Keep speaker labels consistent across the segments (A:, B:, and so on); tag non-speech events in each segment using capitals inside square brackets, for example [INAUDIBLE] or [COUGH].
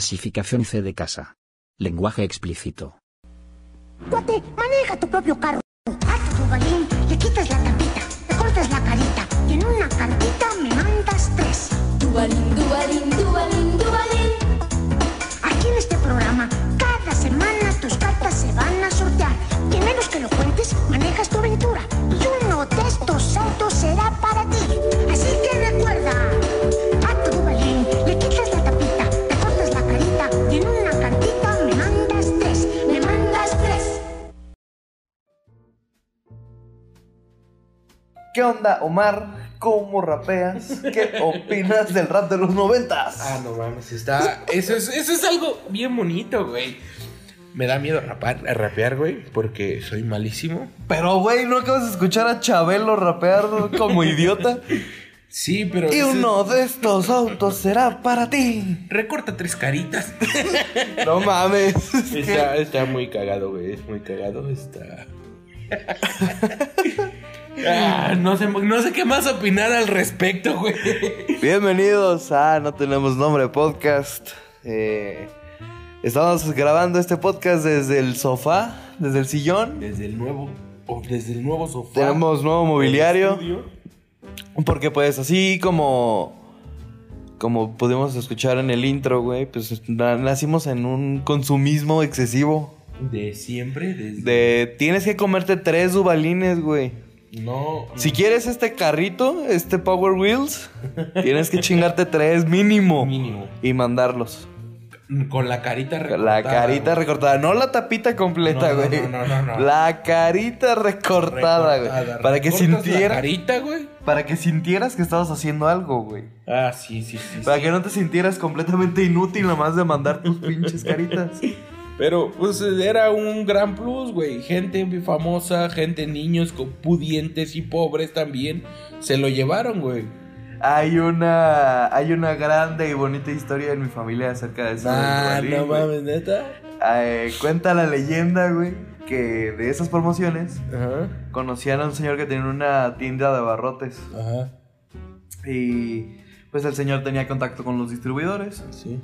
A: Clasificación C de casa. Lenguaje explícito.
B: Cuate, maneja tu propio carro. Haz tu balín, le quitas la tapita, le cortas la carita y en una cartita me mandas tres.
C: Dubalín, dubalín, dubalín, dubalín.
B: Aquí en este programa, cada semana tus cartas se van a sortear. Y a menos que lo cuentes, manejas tu aventura. Y uno de estos autos será para ti. Así que recuerda, a tu dubalín le quitas la tapita, le cortas la carita y en una cartita me mandas tres. Me mandas tres.
D: ¿Qué onda, Omar? ¿Cómo rapeas? ¿Qué opinas del rap de los noventas?
E: Ah, no mames, está. Eso es, eso es algo bien bonito, güey. Me da miedo rapar, rapear, güey, porque soy malísimo.
D: Pero, güey, ¿no acabas de escuchar a Chabelo rapear como idiota?
E: Sí, pero.
D: Y
E: eso es-
D: uno de estos autos será para ti.
E: Recorta tres caritas.
D: No mames. es que-
E: está, está muy cagado, güey. Es muy cagado. Está. Ah, no, sé, no sé qué más opinar al respecto, güey.
D: Bienvenidos a No Tenemos Nombre Podcast. Eh, estamos grabando este podcast desde el sofá, desde el sillón.
E: Desde el nuevo. o desde el nuevo sofá.
D: Tenemos nuevo
E: del
D: mobiliario.
E: estudio.
D: Porque pues así como como pudimos escuchar en el intro, güey, pues na- nacimos en un consumismo excesivo
E: De siempre, desde.
D: de tienes que comerte tres dubalines, güey.
E: No.
D: Si quieres este carrito, este Power Wheels, tienes que chingarte tres mínimo
E: Mínimo.
D: y mandarlos.
E: Con la carita recortada.
D: La carita
E: güey.
D: recortada, no la tapita completa,
E: No, no,
D: güey.
E: no, no, no, no.
D: La carita recortada, güey. Para que
E: Recortas La
D: sintieras
E: carita, güey.
D: para que sintieras que estabas haciendo algo, güey.
E: Ah, sí, sí, sí.
D: Para
E: sí.
D: que no te sintieras completamente inútil nada más de mandar tus pinches caritas.
E: Pero, pues, era un gran plus, güey. Gente famosa, gente niños con pudientes y pobres también. Se lo llevaron, güey.
D: Hay una, hay una grande y bonita historia en mi familia acerca de eso. del
E: Ah,
D: dubalín,
E: no
D: güey.
E: mames, neta.
D: Eh, cuenta la leyenda, güey, que de esas promociones
E: Ajá.
D: conocían a un señor que tenía una tienda de abarrotes.
E: Ajá.
D: Y pues el señor tenía contacto con los distribuidores.
E: Sí.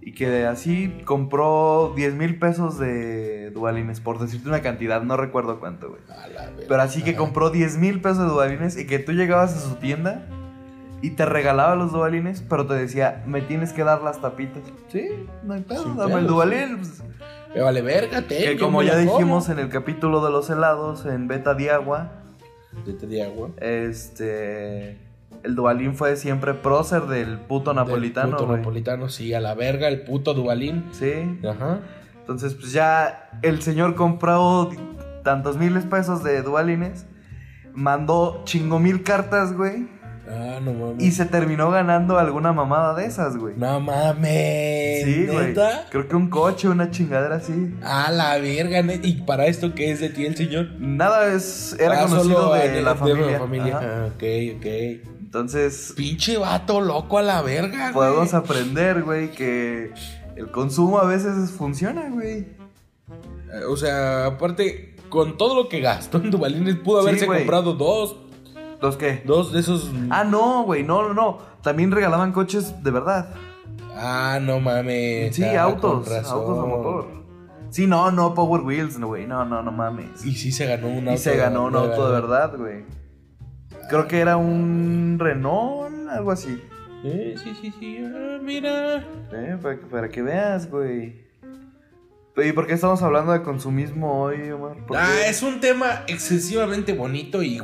D: Y que así compró 10 mil pesos de dualines, por decirte una cantidad, no recuerdo cuánto, güey.
E: A la verga.
D: Pero así que
E: Ajá.
D: compró 10 mil pesos de dubalines y que tú llegabas a su tienda y te regalaba los dubalines, pero te decía, me tienes que dar las tapitas. Sí, no hay pedo,
E: Sin
D: dame el
E: pedos,
D: dubalín. pues.
E: Me vale verga, te.
D: que
E: yo
D: como
E: me
D: ya
E: la como.
D: dijimos en el capítulo de los helados, en Beta de Agua,
E: Vete de agua.
D: este... El dubalín fue siempre prócer del puto napolitano,
E: Del Puto
D: güey.
E: napolitano, sí, a la verga, el puto Dubalín.
D: Sí.
E: Ajá.
D: Entonces, pues ya el señor compró tantos miles pesos de dualines, mandó chingo mil cartas, güey.
E: Ah, no mames.
D: Y se terminó ganando alguna mamada de esas, güey.
E: No mames.
D: sí, güey.
E: ¿neta?
D: Creo que un coche, una chingadera así.
E: A la verga, ne- ¿y para esto qué es de ti el señor?
D: Nada, es, era
E: Ah,
D: conocido
E: solo
D: de,
E: en
D: la
E: de
D: familia. Ajá.
E: Ah, ok, ok.
D: Entonces,
E: Pinche vato loco a la verga. güey.
D: podemos aprender, güey, que el consumo a veces funciona, güey.
E: Eh, O sea, aparte, con todo lo que gastó en Dubalines, pudo
D: Sí,
E: haberse
D: güey.
E: comprado dos,
D: ¿Los qué?
E: dos de esos.
D: Ah, no, güey, no, no, no. También regalaban coches de verdad.
E: Ah, no mames.
D: Sí,
E: ah,
D: autos,
E: con razón.
D: autos a motor. Sí, no, no, Power Wheels, no, güey. No, no, no mames.
E: Y sí se ganó un
D: Y
E: auto.
D: se ganó un auto de verdad, güey. Creo que era un Renault, algo así.
E: Eh, sí, sí, sí. Ah, mira.
D: Eh, Para, que- para que veas, güey. ¿Y por qué estamos hablando de consumismo hoy, Omar? ¿Por
E: Ah,
D: qué?
E: es un tema excesivamente bonito y
D: ¿Qué-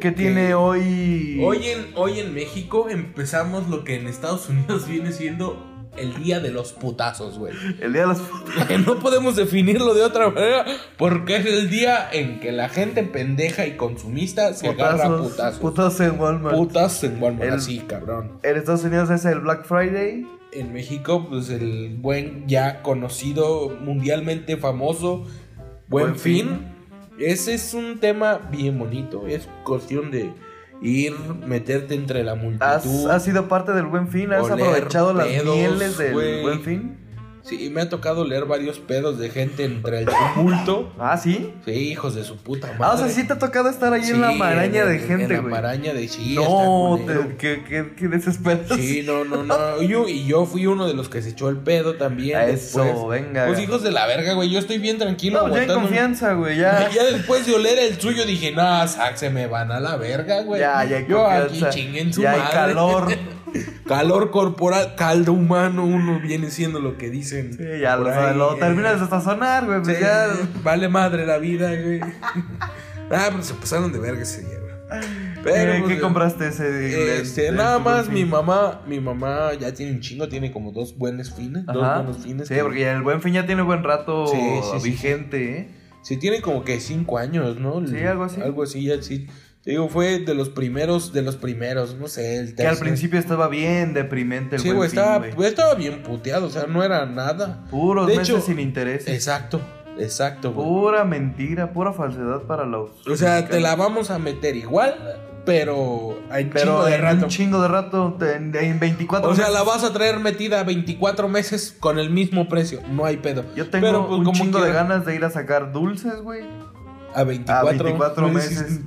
D: ¿Qué
E: que-
D: tiene hoy?
E: Hoy en, hoy en México empezamos lo que en Estados Unidos [LAUGHS] viene siendo el día de los putazos, güey.
D: El día de las putas.
E: No podemos definirlo de otra manera porque es el día en que la gente pendeja y consumista se agarra a
D: Putazos.
E: putazos.
D: Putas en Walmart.
E: Putas en Walmart,
D: El-
E: así, cabrón.
D: En Estados Unidos es el Black Friday.
E: En México, pues el buen ya conocido, mundialmente famoso, buen,
D: Buen
E: fin.
D: Fin.
E: Ese es un tema bien bonito. Es cuestión de ir, meterte entre la multitud.
D: ¿Has, has sido parte del Buen Fin? ¿Has
E: Oler
D: aprovechado las
E: pedos,
D: mieles del
E: güey.
D: Buen Fin?
E: Sí, me ha tocado leer varios pedos de gente entre el tumulto.
D: Ah, ¿sí?
E: Sí, hijos de su puta madre.
D: Ah, o sea, sí te ha tocado estar ahí en la
E: Sí,
D: maraña
E: en-
D: de
E: En la
D: gente, güey.
E: maraña de sí.
D: No,
E: está
D: [LAUGHS]
E: culero.
D: te- qué, qué, qué desesperación. [LAUGHS]
E: Sí, no, no, no. Yo, y yo fui uno de los que se echó el pedo también.
D: Eso,
E: después.
D: venga.
E: Pues hijos de la verga, güey. Yo estoy bien tranquilo.
D: No, pues, ya en
E: aguantando-
D: confianza, güey,
E: [LAUGHS] Ya.
D: ya.
E: después de oler el suyo dije, no, Zack, se me van a la verga, güey.
D: Ya, ya hay
E: Yo aquí
D: confianza.
E: chinguen su
D: Ya hay
E: madre. [LAUGHS]
D: calor.
E: calor corporal, caldo humano, uno viene siendo lo que dicen.
D: Sí, ya
E: por
D: lo,
E: ahí,
D: lo
E: eh.
D: terminas de sazonar, güey. Pues
E: Sí,
D: ya.
E: Vale madre la vida,
D: [LAUGHS]
E: güey. ah, pero se pasaron de verga ese día, güey. Pero,
D: ¿Qué,
E: pues,
D: qué compraste ese día?
E: este, nada más mi mamá, mi mamá ya tiene un chingo, tiene como dos buenos fines, dos buenos fines.
D: Sí,
E: que-
D: porque el buen fin ya tiene buen rato
E: Sí, sí, sí.
D: vigente, ¿eh?
E: Sí, tiene como que cinco años, ¿no?
D: Sí, algo así.
E: Algo así, ya sí. Te digo, fue de los primeros, de los primeros, no sé, el
D: Que al
E: tercer.
D: principio estaba bien deprimente el
E: Sí,
D: buen
E: güey,
D: fin,
E: estaba,
D: güey.
E: güey, estaba bien puteado, o sea, no era nada.
D: Puros
E: de
D: meses
E: hecho,
D: sin intereses.
E: Exacto, exacto, güey.
D: Pura mentira, pura falsedad para los.
E: o sea, te la vamos a meter igual, pero hay
D: Pero
E: de
D: en
E: rato.
D: un chingo de rato, te- en, en 24
E: O sea,
D: meses.
E: la vas a traer metida 24 meses con el mismo precio, no hay pedo.
D: Yo tengo
E: Pero, pues,
D: un
E: como
D: chingo de
E: quiera,
D: ganas de ir a sacar dulces, güey.
E: A 24,
D: a 24 meses.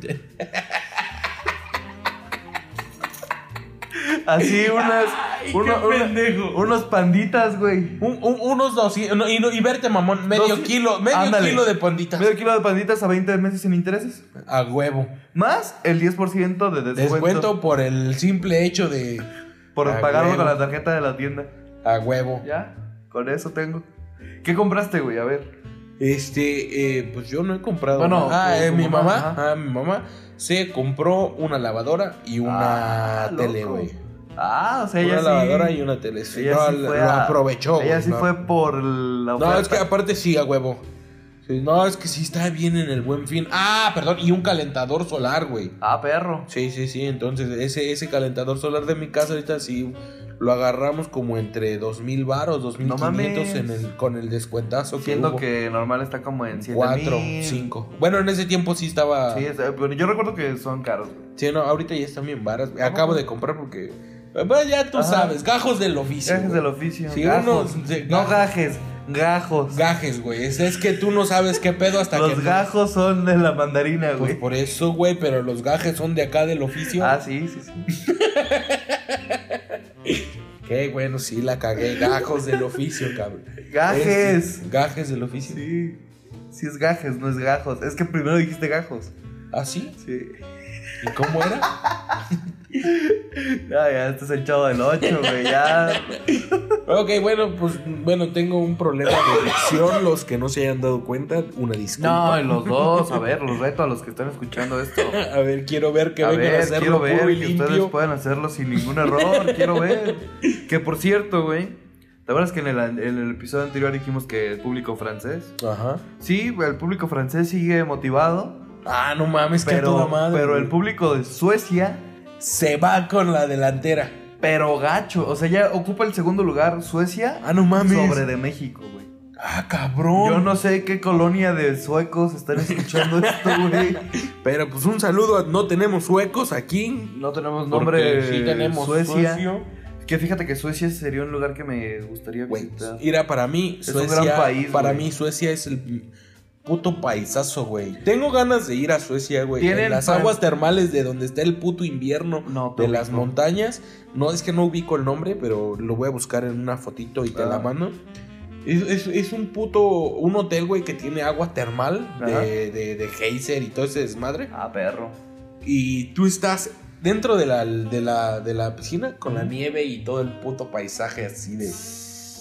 D: Así
E: [LAUGHS]
D: unas. uno- uno- unos panditas, güey.
E: [LAUGHS] Un- un- unos 200. no, y, no- y verte, mamón. Medio
D: Dos-
E: kilo. Medio
D: ándale.
E: kilo de panditas.
D: Medio kilo de panditas a 20 meses sin intereses.
E: A huevo.
D: Más el 10% de
E: Descuento. Ah,
D: descuento,
E: por el simple hecho de.
D: por
E: a
D: pagarlo
E: huevo.
D: con la tarjeta de la tienda.
E: A huevo.
D: Ya, con eso tengo. ¿Qué compraste, güey? A ver.
E: Este, eh, pues yo no he comprado.
D: Bueno,
E: nada. ah,
D: tu-
E: eh,
D: tu
E: mi
D: mamá,
E: mamá.
D: ajá.
E: ah, mi mamá se compró una lavadora y una
D: Ah,
E: tele,
D: loco.
E: güey.
D: Ah, o sea,
E: Una
D: ella
E: lavadora
D: sí.
E: y una tele. sí,
D: ella
E: no,
D: sí
E: la-
D: fue
E: lo
D: a-
E: aprovechó.
D: Ella
E: güey,
D: sí
E: no.
D: fue por la
E: No,
D: oferta.
E: es que aparte sí, a huevo. Sí, No, es que sí está bien en el buen fin. Ah, perdón, y un calentador solar, güey.
D: Ah, perro.
E: Sí, sí, sí. Entonces, ese, ese calentador solar de mi casa ahorita sí lo agarramos como entre 2000 varos, 2500
D: mames.
E: en el con el descuentazo que
D: Siendo
E: hubo.
D: que normal está como en 7
E: 4, 5. Bueno, en ese tiempo sí estaba
D: Sí,
E: Sí,
D: está- pero yo recuerdo que son caros. güey.
E: no, ahorita ya están bien varas. Acabo de comprar porque bueno, ya tú
D: Ajá.
E: sabes, gajos del oficio.
D: Gajes
E: güey.
D: del oficio.
E: Sí,
D: gajos.
E: unos de-
D: No gajes, gajos.
E: Gajes, güey. Es, es que tú no sabes qué pedo hasta que
D: Los
E: no-
D: gajos son de la mandarina,
E: Pues
D: güey.
E: por eso, güey, pero los gajes son de acá del oficio.
D: Ah, sí, sí, sí.
E: Qué bueno, sí la cagué. Gajos del oficio, cabrón.
D: Gajes.
E: Este, gajes del oficio.
D: Sí. Sí es gajes, no es gajos. Es que primero dijiste gajos.
E: ¿Ah, sí?
D: Sí.
E: ¿Y cómo era?
D: Ya, ya, este es el chavo del 8, güey. Ya.
E: ok, bueno, pues bueno, tengo un problema de dicción. Los que no se hayan dado cuenta, una
D: [LAUGHS]
E: disculpa.
D: No, y los dos, a ver, los reto a los que están escuchando esto.
E: [LAUGHS] A ver, quiero ver que
D: a
E: vengan a
D: ver,
E: hacerlo
D: quiero ver
E: puro y
D: que ustedes
E: limpio.
D: puedan hacerlo sin ningún
E: [LAUGHS]
D: error. quiero ver. Que por cierto, güey, ¿te acuerdas que en el, an- en el episodio anterior dijimos que el público francés?
E: Ajá.
D: Sí, güey, el público francés sigue motivado.
E: Ah, no mames, que a toda
D: Pero,
E: madre.
D: pero el
E: güey.
D: público de Suecia,
E: se va con la delantera.
D: pero gacho. O sea, ya ocupa el segundo lugar Suecia
E: Ah, no mames.
D: sobre de México, güey.
E: Ah, cabrón.
D: Yo no sé qué colonia de suecos están
E: [LAUGHS]
D: escuchando esto, güey.
E: Pero pues un saludo a No Tenemos Suecos aquí.
D: No tenemos
E: Porque
D: nombre.
E: sí tenemos
D: Suecia.
E: socio.
D: Que fíjate que Suecia sería un lugar que me gustaría
E: Güey,
D: visitar.
E: mira, para mí,
D: Es un
E: Suecia.
D: gran país,
E: para
D: güey.
E: mí, Suecia es el puto paisazo, güey. Tengo ganas de ir a Suecia, güey.
D: Tienen
E: En las
D: para-
E: aguas termales de donde está el puto invierno
D: No,
E: de
D: no,
E: las
D: no.
E: montañas. No, es que no ubico el nombre, pero lo voy a buscar en una fotito y te
D: Ah.
E: la mando. Es, es- es un puto. Un hotel, güey, que tiene agua termal
D: Ajá.
E: de, de, de geyser y todo ese desmadre.
D: Ah, perro.
E: Y tú estás dentro de la, de la, de la piscina con la nieve y todo el puto paisaje así de.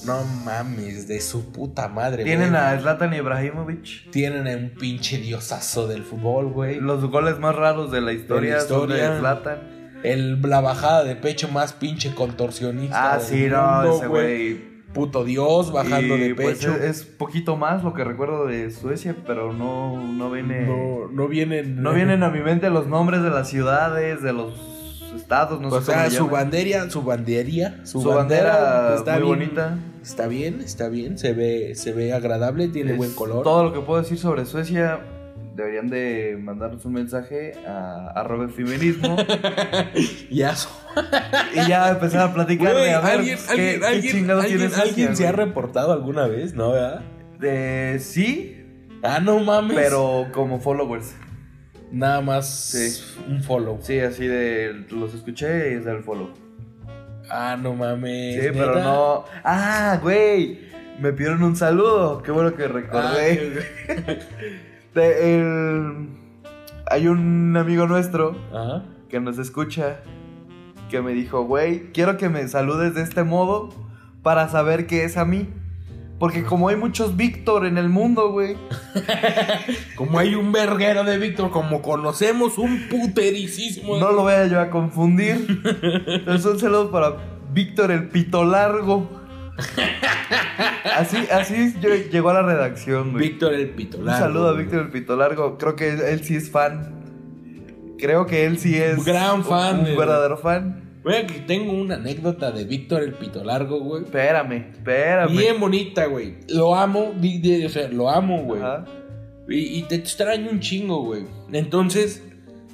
E: No mames, de su puta madre,
D: Tienen
E: güey.
D: a Zlatan Ibrahimovic.
E: Tienen a un pinche diosazo del fútbol, güey.
D: Los goles más raros de la historia, son
E: historia.
D: de Zlatan.
E: El, la bajada de pecho más pinche contorsionista.
D: Ah,
E: del
D: sí, no,
E: mundo,
D: ese güey.
E: Puto dios bajando
D: Y,
E: de
D: pues,
E: pecho.
D: es, es poquito más lo que recuerdo de Suecia, pero no, no viene. No,
E: no, no vienen.
D: vienen a mi mente los nombres de las ciudades, de los estados, no
E: O
D: sé cómo
E: sea,
D: le
E: Pues, ah, su
D: llaman.
E: bandería, su bandería,
D: Su bandera muy
E: bien-
D: bonita.
E: Está bien, está bien, se ve, se ve agradable, tiene
D: Es
E: buen color.
D: Todo lo que puedo decir sobre Suecia deberían de mandarnos un mensaje a arroba feminismo
E: [LAUGHS] Ya. so-
D: y ya empezar a platicar
E: Güey,
D: de a ver
E: alguien,
D: qué,
E: alguien,
D: qué
E: alguien,
D: chingados
E: alguien,
D: tienes
E: alguien se ha
D: güey.
E: reportado alguna vez, ¿no? ¿Verdad?
D: Eh, sí,
E: Ah, no mames.
D: pero como followers.
E: Nada más
D: Sí.
E: un follow.
D: Sí, así de los escuché y es el follow.
E: Ah, no mames.
D: Sí, pero
E: ¿neta?
D: no. Ah, güey. Me pidieron un saludo. Qué bueno que
E: Ah,
D: recordé.
E: qué-
D: De- el- Hay un amigo nuestro
E: Ajá.
D: que nos escucha que me dijo, güey, quiero que me saludes de este modo para saber que es a mí. Porque como hay muchos Víctor en el mundo, güey.
E: Como hay un verguero de Víctor, como conocemos un putericísimo.
D: No lo vaya yo a confundir. Entonces un saludo para Víctor el Pito Largo. Así, así yo- llegó a la redacción, güey.
E: Víctor el Pito.
D: Un saludo a Víctor el Pito Largo. Creo que él sí es fan. Creo que él sí es.
E: Un gran fan,
D: Un,
E: eh.
D: verdadero fan.
E: Güey, que tengo una anécdota de Víctor el Pito Largo, güey.
D: Espérame, espérame.
E: Bien bonita, güey. Lo amo, di- di- o sea, lo amo, güey.
D: Ajá.
E: Y, y te extraño un chingo, güey. Entonces,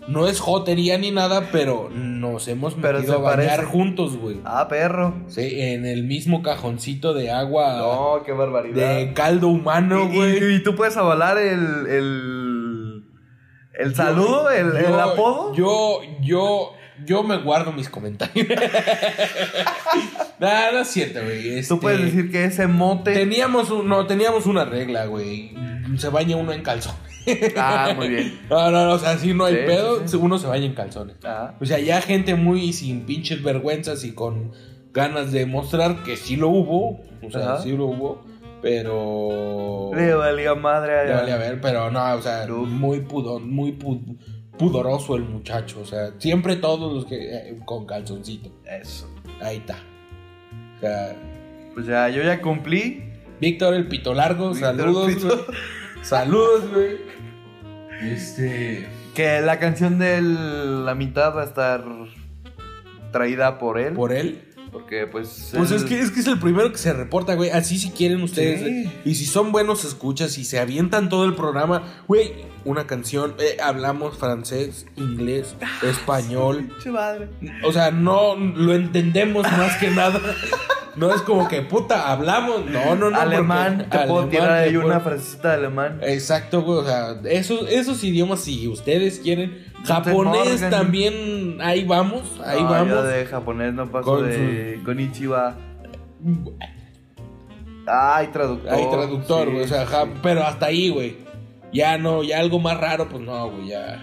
E: no es jotería ni nada, pero nos hemos
D: Pero
E: metido
D: se
E: a bañar
D: parece.
E: juntos, güey.
D: Ah, perro.
E: Sí, en el mismo cajoncito de agua
D: No, qué barbaridad.
E: Ah. de caldo humano,
D: Y- y,
E: güey.
D: y tú puedes avalar el. el, el saludo, el, el
E: Yo-
D: apodo.
E: Yo, yo, yo me guardo
D: [LAUGHS]
E: mis comentarios. Nada, no es cierto, güey.
D: tú
E: este,
D: puedes decir que ese mote.
E: Teníamos, un- no, teníamos una regla, güey. Se baña uno en calzones.
D: Ah, muy
E: [LAUGHS]
D: bien.
E: No, no, no, o sea, si no hay
D: Sí,
E: pedo,
D: sí, sí.
E: uno se baña en calzones.
D: Ah,
E: O sea, ya gente muy sin pinches vergüenzas y con ganas de mostrar que sí lo hubo. O sea,
D: Ajá.
E: sí lo hubo, pero...
D: le valía madre a-
E: Le vale a ver, pero no, o sea,
D: Uf.
E: muy pudón, muy pu- pudoroso el muchacho. O sea, siempre todos los que... eh, con calzoncito.
D: Eso.
E: Ahí está. O sea,
D: Pues ya, yo ya cumplí.
E: Víctor el Pito Largo,
D: Víctor el
E: saludos,
D: Pito.
E: güey. Saludos, güey. Este.
D: Que la canción de la mitad va a estar traída por él.
E: ¿Por él?
D: Porque pues...
E: Pues
D: él-
E: es que, es que es el primero que se reporta, güey. Así si quieren ustedes.
D: Sí.
E: güey. Y si son buenos escuchas y se avientan todo el programa, güey, una canción. eh, hablamos francés, inglés, español.
D: Che madre.
E: O sea, no lo entendemos más que nada. No es como que puta, hablamos. No, no, no.
D: alemán,
E: porque-
D: te puedo
E: alemán, eh,
D: tirar
E: te
D: ahí
E: puedo-
D: una frasecita de alemán.
E: Exacto, güey. O sea, esos, esos idiomas, si ustedes quieren.
D: Te
E: Japonés
D: morgan.
E: también, ahí vamos, ahí
D: No, Yo
E: vamos.
D: Ah, de japonés no paso
E: Con
D: de... Con Ichiba. Ay, traductor.
E: Hay traductor,
D: sí,
E: güey. o sea, ja-
D: sí.
E: pero hasta ahí, güey. Ya no, ya algo más raro, pues no, güey, ya.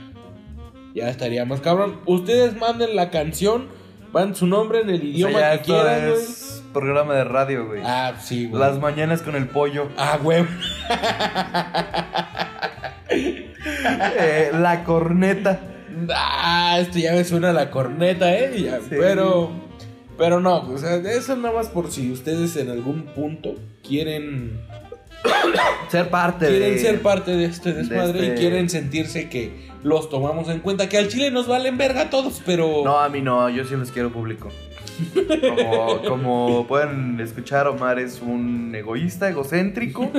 E: Ya estaría más cabrón. Ustedes manden la canción, van su nombre en el
D: O sea,
E: idioma
D: ya
E: que
D: esto
E: quieran, güey.
D: es programa de radio, güey.
E: Ah, sí, güey.
D: Las mañanas con el pollo. [LAUGHS]
E: Ah, güey.
D: Eh, la corneta.
E: Ah, esto ya me suena la corneta, eh. Ya,
D: Sí.
E: Pero. Pero no, o sea, eso nada más por si ustedes en algún punto quieren.
D: Ser parte
E: Quieren
D: de...
E: ser parte de este
D: de
E: desmadre y
D: este-
E: quieren sentirse que los tomamos en cuenta. Que al chile nos valen verga a todos, pero.
D: No, a mí no, yo sí los quiero público. Como, como pueden escuchar, Omar es un egoísta, egocéntrico.
E: [LAUGHS]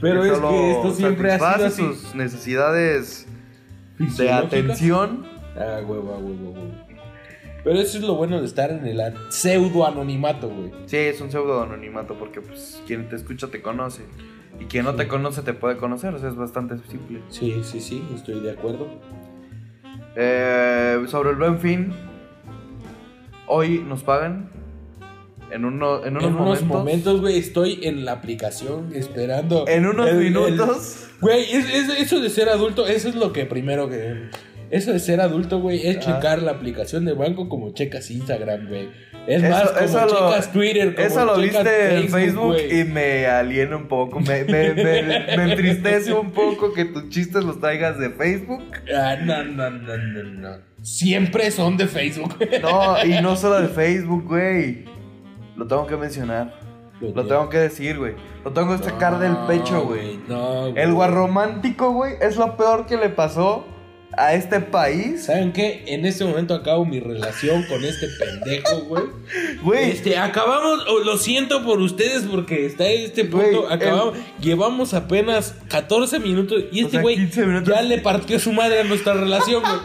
E: Pero es
D: solo
E: que esto siempre ha sido
D: satisface
E: así.
D: sus necesidades de
E: Fisiológicas.
D: atención.
E: Ah, huevo, ah, huevo, ah, huevo. Pero eso es lo bueno de estar en el an- pseudo anonimato, güey.
D: Sí, es un pseudo anonimato porque pues quien te escucha te conoce. Y quien no
E: Sí.
D: te conoce te puede conocer, o sea, es bastante simple.
E: Sí, sí, sí, estoy de acuerdo.
D: Eh, sobre el buen fin, hoy nos pagan. En, uno- en unos
E: en unos
D: momentos.
E: momentos, güey, estoy en la aplicación esperando.
D: En unos
E: el- el-
D: minutos.
E: Güey, es- es- eso de ser adulto, eso es lo que primero que. Eso de ser adulto, güey, es
D: Ajá.
E: checar la aplicación de banco como checas Instagram, güey. Es
D: Eso-
E: más, como
D: eso lo-
E: checas Twitter, como
D: Eso lo
E: checas
D: viste en Facebook
E: güey.
D: y me aliena un poco. Me, me- me- me entristece un poco que tus chistes los traigas de Facebook.
E: Ah, no, no, no, no, no. Siempre son de Facebook.
D: No, y no solo de Facebook, güey. Lo tengo que mencionar. Lo tengo que decir, güey. Lo tengo que sacar del pecho, güey.
E: No,
D: El guarromántico, güey, es lo peor que le pasó a este país.
E: ¿Saben qué? En este momento acabo mi relación con este pendejo, güey.
D: Güey,
E: Este, acabamos, oh, lo siento por ustedes porque está en este punto.
D: Güey,
E: acabamos, Llevamos apenas 14 minutos y
D: O
E: este
D: sea,
E: güey
D: 15 minutos.
E: ya le partió su madre a nuestra relación, güey.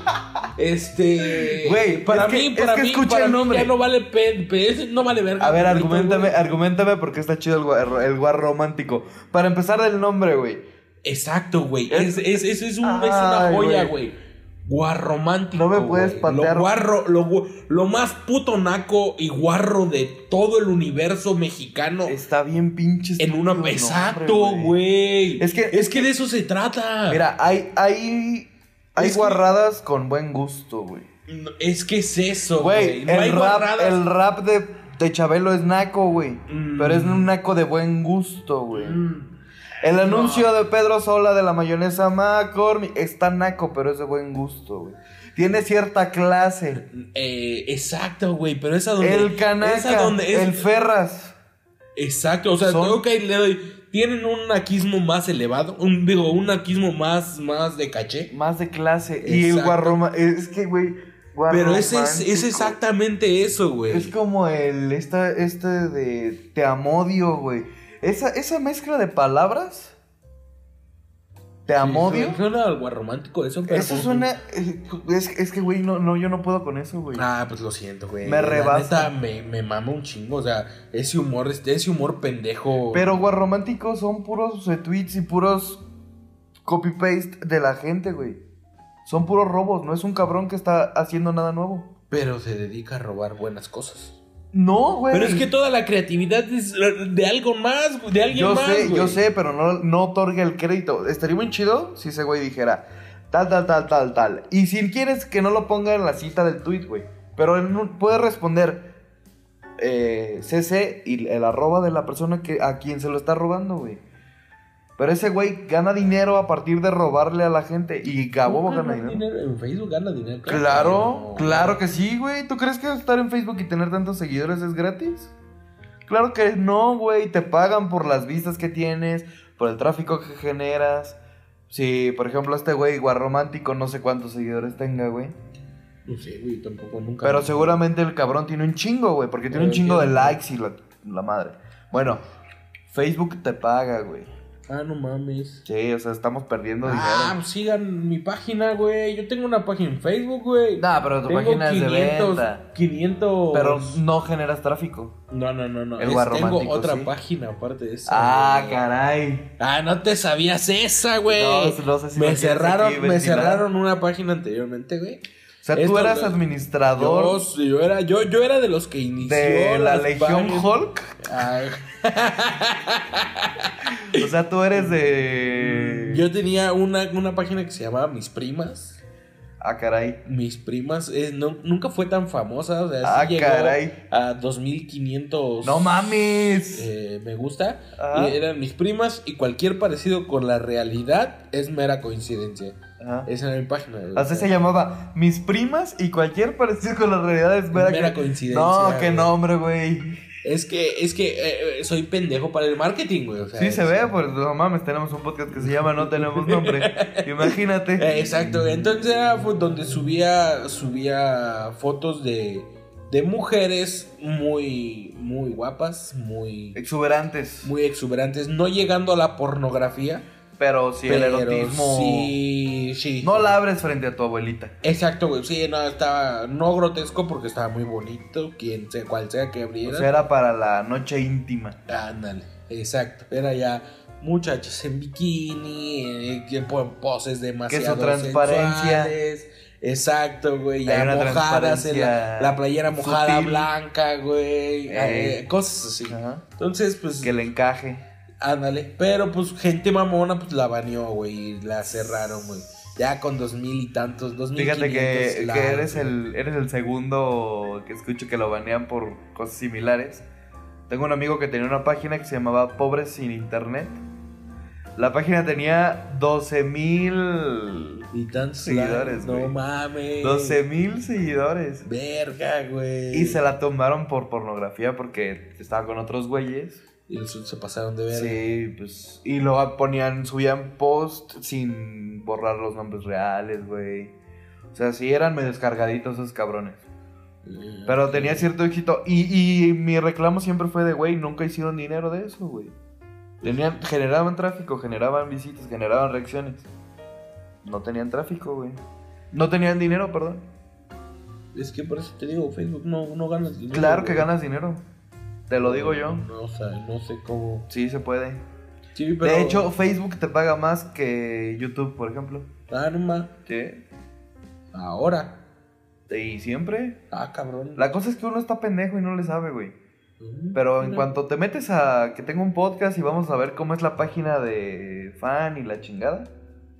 E: Este.
D: Güey,
E: para
D: es que-
E: mí,
D: es
E: para
D: que
E: mí,
D: escucha
E: para
D: el
E: mí
D: nombre.
E: ya no vale, pe- pe- ese no vale verga.
D: a ver,
E: Ahorita,
D: argumentame,
E: güey.
D: argumentame porque está chido el gua- el guar romántico. Para empezar del nombre, güey.
E: Exacto, güey.
D: Es-
E: Es, es, es, es un- es
D: Ay,
E: una joya,
D: güey.
E: güey. Guarromántico.
D: No me puedes
E: güey.
D: patear.
E: Lo, guarro, lo, gu- lo más puto naco y guarro de todo el universo mexicano.
D: Está bien pinche.
E: en
D: estúpido
E: una.
D: el nombre,
E: Exacto, güey.
D: Es que-
E: es que de eso se trata.
D: Mira, hay, hay, hay
E: Es que-
D: guarradas con buen gusto, güey.
E: No, Es que es eso,
D: Güey,
E: güey. No hay
D: el, rap,
E: guarradas.
D: el rap de, de Chabelo es naco, güey.
E: Mm.
D: Pero es un naco de buen gusto, güey.
E: Mm.
D: El anuncio de Pedro Sola de la mayonesa McCormick está naco, pero es de buen gusto, güey. Tiene cierta clase.
E: Eh, exacto, güey. Pero esa donde.
D: El
E: esa
D: canaca,
E: donde es-
D: el Ferras.
E: Exacto, o sea,
D: Son-
E: ok, le doy. Tienen un aquismo más elevado, un, digo, un aquismo más, más de caché.
D: Más de clase. Y el
E: Exacto.
D: guarroma. Es que, güey.
E: Pero ese es,
D: guarromántico.
E: es exactamente eso, güey.
D: Es como el. Esta, este de. Te amodio, güey. Esa, esa mezcla de palabras. Te amodio.
E: No era algo romántico eso, pero.
D: Eso suena. eh, Es, es que, güey, no, no, yo no puedo con eso, güey.
E: Ah, pues lo siento, güey.
D: Me
E: La
D: rebasa.
E: neta, me, me mama un chingo, o sea, ese humor, este, ese humor pendejo.
D: Pero guarrománticos son puros retweets y puros copy-paste de la gente, güey. Son puros robos, no es un cabrón que está haciendo nada nuevo.
E: Pero se dedica a robar buenas cosas.
D: No, güey.
E: Pero es que toda la creatividad es de algo más, güey, de alguien
D: Yo
E: más.
D: sé,
E: güey.
D: yo sé, pero no, no otorga el crédito. Estaría muy chido si ese güey dijera tal, tal, tal, tal, tal. Y si quieres que no lo ponga en la cita del tweet, güey. Pero en un- puede responder eh, CC y el arroba de la persona que, a quien se lo está robando, güey. Pero ese güey gana dinero a partir de robarle a la gente. Y Gabo
E: [LAUGHS]
D: gana dinero.
E: En Facebook gana dinero.
D: Claro,
E: no.
D: claro que sí, güey. ¿Tú crees que estar en Facebook y tener tantos seguidores es gratis? Claro que no, güey. Te pagan por las vistas que tienes, por el tráfico que generas. Si, por ejemplo, este güey guarromántico no sé cuántos seguidores tenga, güey.
E: No sé, güey, tampoco nunca.
D: Pero seguramente el cabrón tiene un chingo, güey, porque tiene un
E: Eh,
D: chingo de
E: tiene-
D: likes y la, la madre. Bueno, Facebook te paga, güey.
E: Ah, no mames.
D: Sí, o sea, estamos perdiendo
E: Ah,
D: dinero.
E: pues sigan mi página, güey. Yo tengo una página en Facebook, güey.
D: Nah, pero tu
E: Tengo
D: página es de
E: 500,
D: venta.
E: 500.
D: Pero no generas tráfico.
E: No, no, no, no.
D: El
E: Es- tengo
D: guarromántico,
E: otra
D: sí.
E: página aparte de esa.
D: Ah,
E: güey.
D: caray.
E: Ah, no te sabías esa, güey.
D: No, no sé si lo
E: me
D: tienes aquí
E: cerraron, me
D: ventilado.
E: cerraron una página anteriormente, güey.
D: O sea, tú
E: Esto-
D: eras
E: lo- Yo,
D: administrador
E: yo era, yo, yo era de los que inició.
D: de la
E: las
D: Legión
E: páginas.
D: Hulk.
E: Ah,
D: [LAUGHS] O sea, tú eres de.
E: Mm, yo tenía una, una página que se llamaba Mis Primas.
D: Ah, caray.
E: Mis Primas eh, no- nunca fue tan famosa. O sea, sí
D: Ah,
E: llegó
D: caray.
E: a 2500.
D: ¡No mames!
E: eh, me gusta.
D: Ah.
E: Y eran mis primas. Y cualquier parecido con la realidad es mera coincidencia.
D: Ajá.
E: Esa era mi página. güey.
D: Así se llamaba Mis primas y cualquier parecido con la realidad es mera,
E: Mera
D: co-
E: coincidencia,
D: No, qué
E: güey.
D: nombre, güey.
E: Es que, es que eh, eh, soy pendejo para el marketing, güey. o sea,
D: Sí se
E: es-
D: ve, pues no mames, tenemos un podcast que se llama No Tenemos Nombre.
E: [LAUGHS]
D: Imagínate.
E: Eh, Exacto, güey. entonces era fu- donde subía subía fotos de, de mujeres muy muy guapas, muy
D: Exuberantes.
E: muy exuberantes, no llegando a la pornografía,
D: Pero si el
E: pero
D: erotismo.
E: sí, sí.
D: No la abres frente a tu abuelita.
E: Exacto, güey, sí, no estaba no grotesco porque estaba muy bonito, quien sea cual sea que
D: O
E: abriera.
D: sea, era para la noche íntima.
E: Ándale, exacto, era ya muchachos en bikini, eh, que pon- poses demasiado
D: transparencia.
E: sensuales. Exacto, güey, ya
D: Hay una
E: mojadas, en
D: transparencia
E: la, la playera mojada
D: sutil.
E: blanca,
D: Ey.
E: güey, eh, cosas así.
D: Ajá.
E: Entonces, pues,
D: Que le encaje.
E: ándale, pero pues gente mamona, pues la baneó, güey, y la cerraron, güey. Ya con dos mil y tantos, dos mil
D: Fíjate que,
E: quinientos
D: que
E: likes,
D: eres,
E: güey.
D: el, eres el segundo que escucho que lo banean por cosas similares. Tengo un amigo que tenía una página que se llamaba Pobres sin Internet. La página tenía 12 mil...
E: Y tantos
D: seguidores,
E: likes, No
D: güey.
E: mames.
D: 12 mil seguidores.
E: Verga, güey.
D: Y se la tomaron por pornografía porque estaba con otros güeyes.
E: Y los otros se pasaron de ver.
D: Sí, pues. Y luego ponían, subían post sin borrar los nombres reales, güey. O sea, sí eran medio descargaditos esos cabrones.
E: Eh,
D: Pero tenía cierto éxito. Y, y mi reclamo siempre fue de, güey, nunca hicieron dinero de eso, güey. Tenían, generaban tráfico, generaban visitas, generaban reacciones. No tenían tráfico, güey. No tenían dinero, perdón.
E: Es que por eso te digo, Facebook no, no ganas dinero.
D: Claro que
E: güey.
D: ganas dinero. Te lo digo yo.
E: No, o sea, no sé cómo.
D: Sí, se puede.
E: Sí, pero.
D: De hecho, Facebook te paga más que YouTube, por ejemplo.
E: Ah, no más.
D: Sí.
E: Ahora.
D: Y siempre.
E: Ah, cabrón.
D: La cosa es que uno está pendejo y no le sabe, güey.
E: Mm,
D: Pero en
E: mira.
D: cuanto te metes a que tengo un podcast y vamos a ver cómo es la página de fan y la chingada,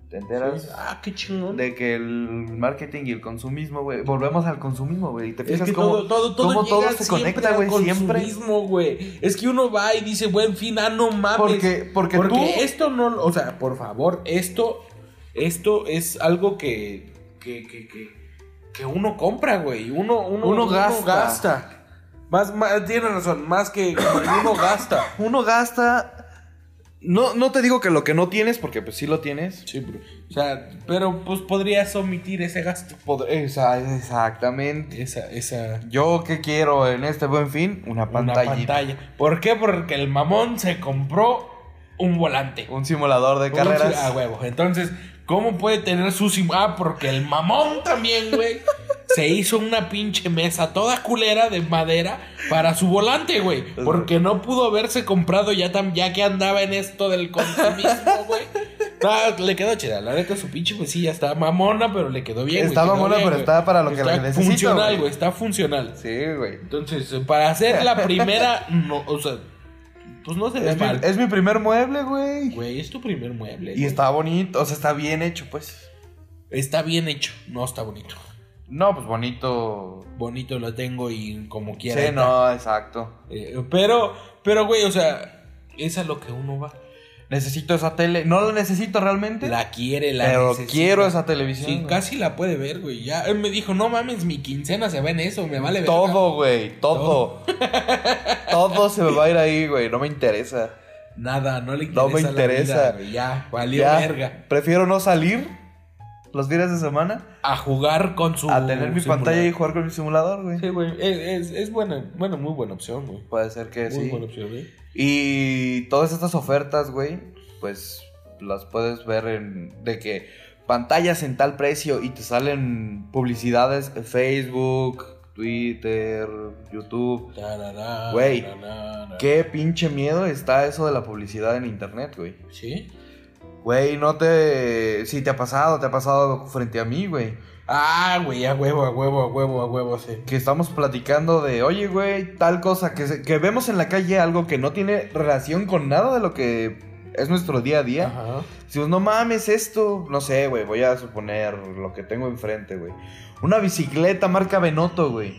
D: te enteras
E: Sí. Ah, qué chingón.
D: de que el marketing y el consumismo, güey, volvemos al consumismo, güey, y te
E: Es
D: fijas
E: que
D: cómo,
E: todo, todo, todo,
D: cómo todo
E: llega
D: se
E: siempre
D: conecta,
E: al
D: güey, siempre.
E: consumismo, güey. Es que uno va y dice, buen fin, ah, no mames.
D: Porque, porque,
E: Porque
D: tú...
E: esto no, o sea, por favor, esto, esto es algo que, que, que, que, que uno compra, güey. Uno, uno,
D: Uno gasta.
E: gasta. Más, más, tiene razón, más que uno gasta.
D: Uno gasta... No, no te digo que lo que no tienes, porque pues sí lo tienes.
E: Sí, bro. O sea, pero pues podrías omitir ese gasto.
D: Pod- esa- exactamente.
E: Esa, esa.
D: Yo qué quiero en este buen fin, una
E: Una
D: pantalla.
E: pantalla. ¿Por qué? Porque el mamón se compró un volante.
D: Un simulador de carreras.
E: A huevo. Entonces, ¿cómo puede tener su sim? Ah, porque el mamón también, güey. Se hizo una pinche mesa toda culera de madera para su volante, güey. Porque no pudo haberse comprado ya, tam- ya que andaba en esto del consumismo, [LAUGHS] güey. Ah, le quedó chida. La neta, su pinche, pues sí, ya está mamona, pero le quedó bien, güey.
D: Está
E: Quedó
D: mamona,
E: bien,
D: pero
E: güey.
D: está para lo que
E: Está
D: la necesito,
E: funcional,
D: güey.
E: güey. Está funcional.
D: Sí, güey.
E: Entonces, para hacer la
D: [LAUGHS]
E: primera, no, o sea, pues no se ve
D: Es mi,
E: mal.
D: es mi primer mueble, güey.
E: Güey, es tu primer mueble.
D: Y
E: güey.
D: está bonito, o sea, está bien hecho, pues.
E: Está bien hecho, no está bonito.
D: No, pues bonito.
E: Bonito lo tengo y como quiera.
D: Sí, no, exacto.
E: Eh, pero, pero, güey, o sea, es a lo que uno va.
D: Necesito esa tele. No la necesito realmente,
E: La quiere, la
D: pero
E: necesita.
D: quiero esa
E: Sí,
D: televisión. güey.
E: casi la puede ver, güey. Ya él me dijo, no mames, mi quincena se va en eso, me vale ver.
D: Todo, güey, todo. [LAUGHS] todo se me va a ir ahí, güey. No me interesa.
E: Nada, no le interesa.
D: No me
E: la
D: interesa.
E: vida, güey. ya, valió
D: Ya,
E: verga.
D: Prefiero no salir los fines de semana
E: A jugar con su.
D: a tener mi
E: Uh, simulador.
D: pantalla y jugar con mi simulador, güey.
E: Sí, güey. Es, es, es buena, bueno, muy buena opción, güey.
D: Puede ser que
E: Muy
D: sí.
E: buena opción, ¿eh? güey.
D: Y todas estas ofertas, güey, pues las puedes ver en de que pantallas en tal precio y te salen publicidades en Facebook, Twitter, YouTube.
E: Tarará,
D: Güey,
E: tarará.
D: Qué pinche miedo está eso de la publicidad en internet, güey.
E: ¿Sí?
D: Güey, no te si te ha pasado, te ha pasado frente a mí, güey,
E: Ah, güey, a huevo, a huevo, a huevo, a huevo, sí.
D: que estamos platicando de, "Oye, güey, tal cosa que se- que vemos en la calle algo que no tiene relación con nada de lo que es nuestro día a día."
E: Ajá.
D: Si no mames esto, no sé, güey, voy a suponer lo que tengo enfrente, güey. Una bicicleta marca Benoto, güey.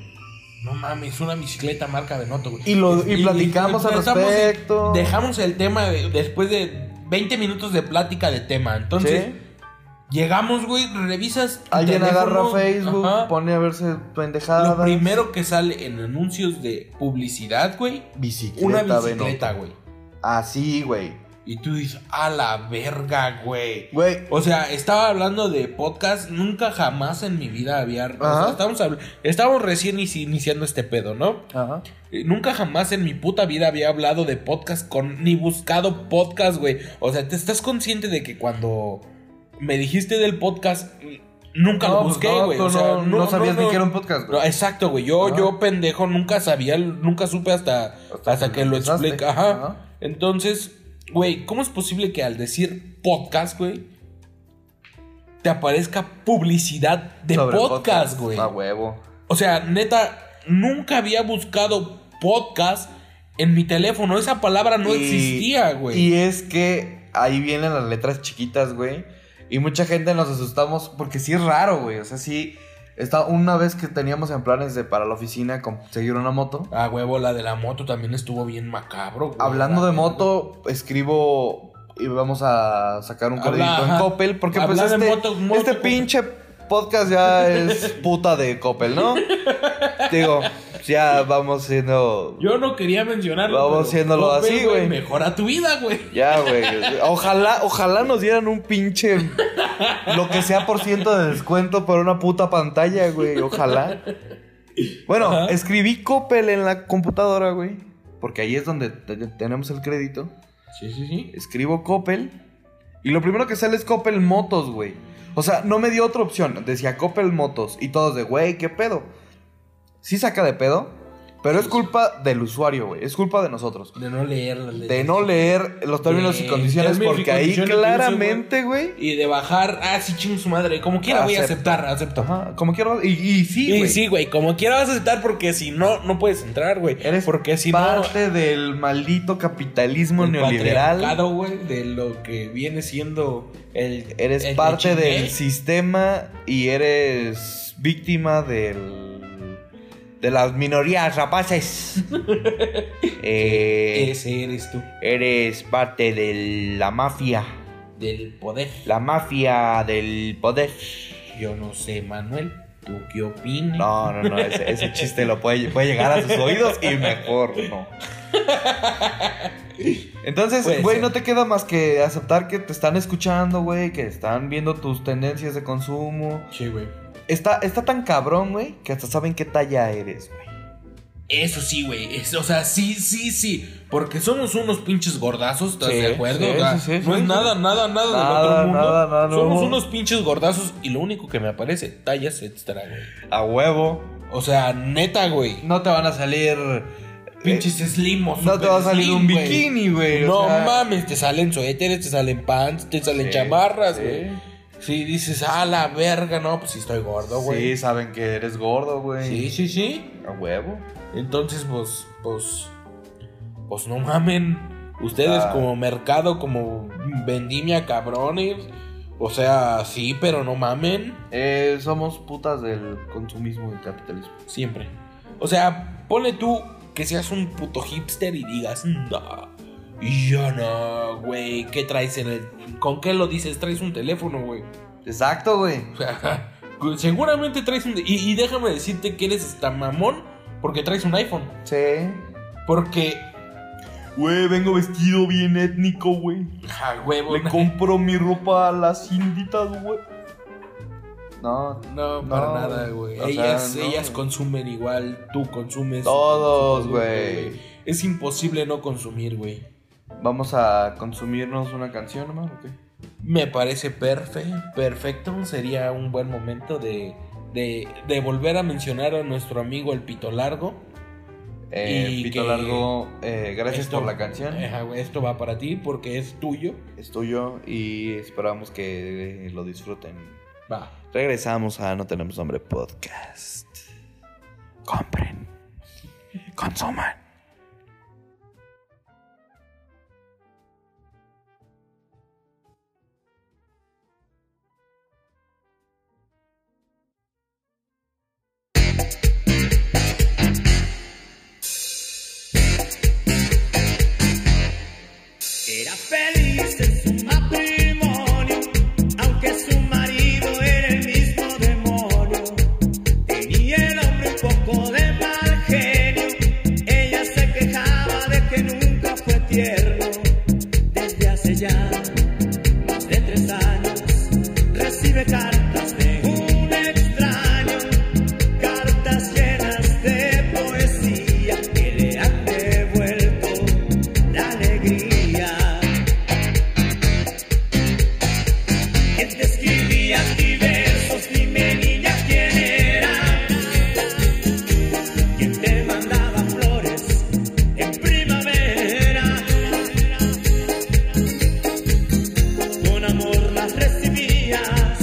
E: No mames, una bicicleta marca Benoto, güey.
D: Y lo- y platicamos al
E: estamos-
D: respecto.
E: Dejamos el tema de- después de 20 minutos de plática de tema. Entonces,
D: ¿Sí?
E: llegamos, güey, revisas. tu
D: Alguien
E: teléfono,
D: agarra Facebook,
E: ajá,
D: pone a verse pendejadas.
E: Lo primero que sale en anuncios de publicidad, güey,
D: Bicicleta,
E: una
D: Benoto.
E: bicicleta, güey.
D: Así, güey.
E: Y tú dices, a la verga, güey.
D: Güey,
E: O sea, estaba hablando de podcast, nunca jamás en mi vida había... o sea,
D: Ajá.
E: estábamos, habl- estábamos recién inici- iniciando este pedo, ¿no?
D: ajá.
E: Eh, Nunca jamás en mi puta vida había hablado de podcast con ni buscado podcast, güey. O sea, ¿te estás consciente de que cuando me dijiste del podcast n- nunca
D: No,
E: lo
D: pues
E: busqué,
D: no,
E: güey?
D: tú
E: o sea,
D: no- no sabías ni que era un podcast, güey.
E: No, exacto, güey. Yo
D: Ajá.
E: yo pendejo nunca sabía, nunca supe hasta hasta,
D: Hasta que
E: que lo
D: empezaste.
E: explica, ajá.
D: Ajá.
E: Entonces, güey, ¿cómo es posible que al decir podcast, güey, te aparezca publicidad de
D: Sobre Ah,
E: podcast, güey?
D: A huevo.
E: O sea, neta, nunca había buscado podcast en mi teléfono. Esa palabra no
D: Y-
E: existía, güey.
D: Y es que ahí vienen las letras chiquitas, güey. Y mucha gente nos asustamos porque sí es raro, güey. O sea, sí. Está una vez que teníamos en planes de para la oficina conseguir una moto.
E: Ah, huevo, la de la moto también estuvo bien macabro, güey.
D: Hablando
E: La
D: de
E: verga.
D: moto, escribo y vamos a sacar un
E: Habla,
D: crédito en
E: ajá.
D: Coppel. Porque pues
E: Habla de
D: este,
E: motos, moto,
D: este
E: Coppel. [LAUGHS]
D: pinche podcast ya es puta de Coppel, ¿no? Digo, Ya vamos siendo.
E: Yo no quería mencionarlo.
D: Vamos
E: pero
D: haciéndolo
E: Coppel,
D: así, güey.
E: Mejora tu vida, güey.
D: Ya, güey. Ojalá, ojalá nos dieran un pinche. Lo que sea por ciento de descuento por una puta pantalla, güey. Ojalá. Bueno,
E: Ajá.
D: escribí Coppel en la computadora, güey. Porque ahí es donde te- tenemos el crédito.
E: Sí, sí, sí.
D: Escribo Coppel. Y lo primero que sale es Coppel Motos, güey. O sea, no me dio otra opción. Decía Coppel Motos. Y todos de, güey, ¿qué pedo? Sí saca de pedo. Pero es culpa del usuario, güey. Es culpa de nosotros.
E: De no leer las leyes.
D: De no leer los términos y
E: De
D: condiciones.
E: términos y
D: Porque ahí
E: condiciones que uso,
D: claramente, güey.
E: Y de bajar. Ah, sí, chingo su madre. Como quiera voy a
D: Acepta.
E: aceptar, acepto.
D: Ajá, como quiero. Y, y sí,
E: Y
D: güey.
E: sí, güey, como quiera vas a aceptar porque si no, no puedes entrar, güey.
D: Eres
E: porque si
D: parte del maldito capitalismo
E: no, el
D: neoliberal.
E: patriarcado, güey, de lo que viene siendo el...
D: Eres
E: el
D: parte
E: chingue.
D: del sistema y eres víctima del. de las minorías
E: [LAUGHS]
D: rapaces. Eh,
E: Ese eres tú,
D: eres parte de la mafia.
E: del poder.
D: La mafia del poder.
E: Yo no sé, Manuel, ¿tú qué opinas?
D: No, no, no, ese,
E: [LAUGHS]
D: ese chiste lo puede, puede llegar a sus oídos y mejor no. Entonces,
E: Puede
D: güey,
E: ser.
D: no te queda más que aceptar que te están escuchando, güey, que están viendo tus tendencias de consumo.
E: Sí, güey.
D: Está, está tan cabrón, güey, que hasta saben qué talla eres, güey.
E: Eso sí, güey. es- O sea, sí, sí, sí. Porque somos unos pinches gordazos, ¿estás
D: Sí,
E: de acuerdo?
D: sí,
E: O sea,
D: sí, sí,
E: no
D: sí.
E: es nada, nada, nada,
D: Nada,
E: del otro mundo.
D: nada, nada, no.
E: somos unos pinches gordazos y lo único que me aparece, tallas extra, güey.
D: A huevo.
E: O sea, neta, güey.
D: No te van a salir.
E: Pinches slimos.
D: No te va a salir un
E: güey.
D: bikini, güey. o
E: No
D: sea.
E: mames, te salen suéteres, te salen pants, te salen
D: Sí,
E: chamarras,
D: sí.
E: güey. Sí, dices, ah, la verga, no, pues sí estoy gordo,
D: Sí,
E: güey.
D: saben que eres gordo, güey.
E: sí, sí, sí.
D: A huevo.
E: Entonces, pues, pues, pues no mamen. Ustedes
D: Ah.
E: como mercado, como vendimia, cabrones. O sea, sí, pero no mamen.
D: Eh, somos putas del consumismo y capitalismo.
E: Siempre. O sea, pone tú que seas un puto hipster y digas, no. Yo no, güey. ¿Qué traes en el.? ¿Con qué lo dices? Traes un teléfono, güey. [LAUGHS]
D: Exacto, güey.
E: O sea, seguramente traes un. Y, y déjame decirte que eres hasta mamón porque traes un iPhone.
D: Sí.
E: Porque.
D: Güey, vengo vestido bien étnico, güey.
E: A huevo.
D: Le compro mi ropa a las inditas, güey. No,
E: No,
D: No,
E: para nada, güey.
D: o sea,
E: Ellas,
D: no,
E: ellas
D: güey.
E: consumen igual, tú consumes.
D: Todos,
E: tú consumes,
D: güey.
E: Es imposible no consumir, güey.
D: vamos a consumirnos una canción nomás, ¿o qué?
E: Me parece perfecto. Perfecto. Sería un buen momento de, de, de volver a mencionar a nuestro amigo el Pito Largo.
D: Eh,
E: Y
D: Pito
E: que-
D: Largo, eh, gracias
E: Esto- eh.
D: por la canción.
E: Ajá, güey, esto va para ti porque es tuyo.
D: Es tuyo y esperamos que eh, lo disfruten.
E: Va.
D: Regresamos a No Tenemos Nombre Podcast. Compren. Consuman.
F: Era feliz en su matrimonio, aunque su marido era el mismo demonio. Tenía el hombre un poco de mal genio, ella se quejaba de que nunca fue tierno. Desde hace ya más de tres años, recibe cartas de un extraño, cartas llenas de poesía que le han devuelto la alegría. ¿Quién te escribía diversos? Dime niña quién era. ¿Quién te mandaba flores en primavera? Con amor las recibías,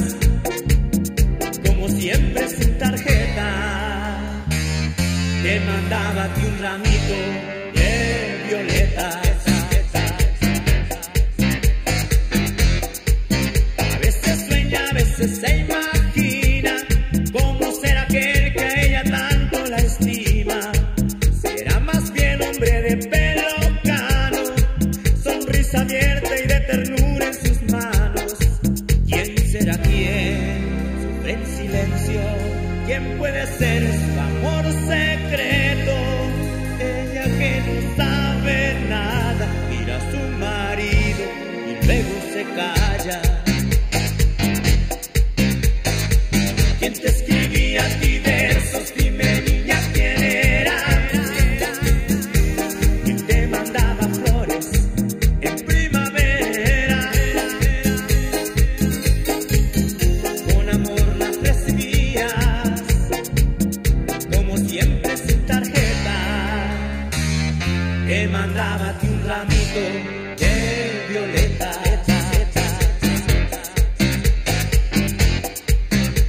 F: como siempre sin tarjeta. Te mandaba a ti un ramito de violetas. A veces sueña, a veces se imagina cómo será aquel que a ella tanto la estima. Será más bien hombre de pelo cano, sonrisa abierta y de ternura en sus manos. ¿Quién será quién? Sufre en silencio. ¿Quién puede ser su amor secreto? y un ramito de violeta.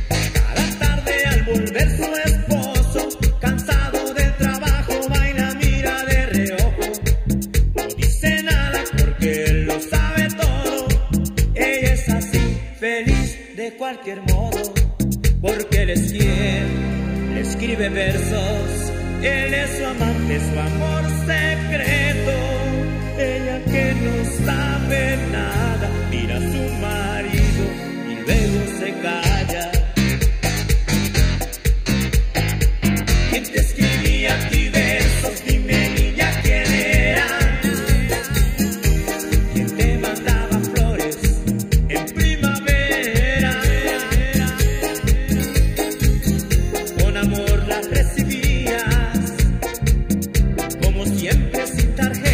F: Cada tarde al volver su esposo, cansado del trabajo, baila, mira de reojo. No dice nada porque él lo sabe todo. Ella es así, feliz de cualquier modo, porque él es fiel, le escribe versos. Él es su amante, su amor secreto. Ella que no sabe nada, mira a su marido y luego se calla. ¿Quién te escribía a ti versos? Dime niña quién era. ¿Quién te mandaba flores en primavera? Con amor las recibías, como siempre sin tarjeta.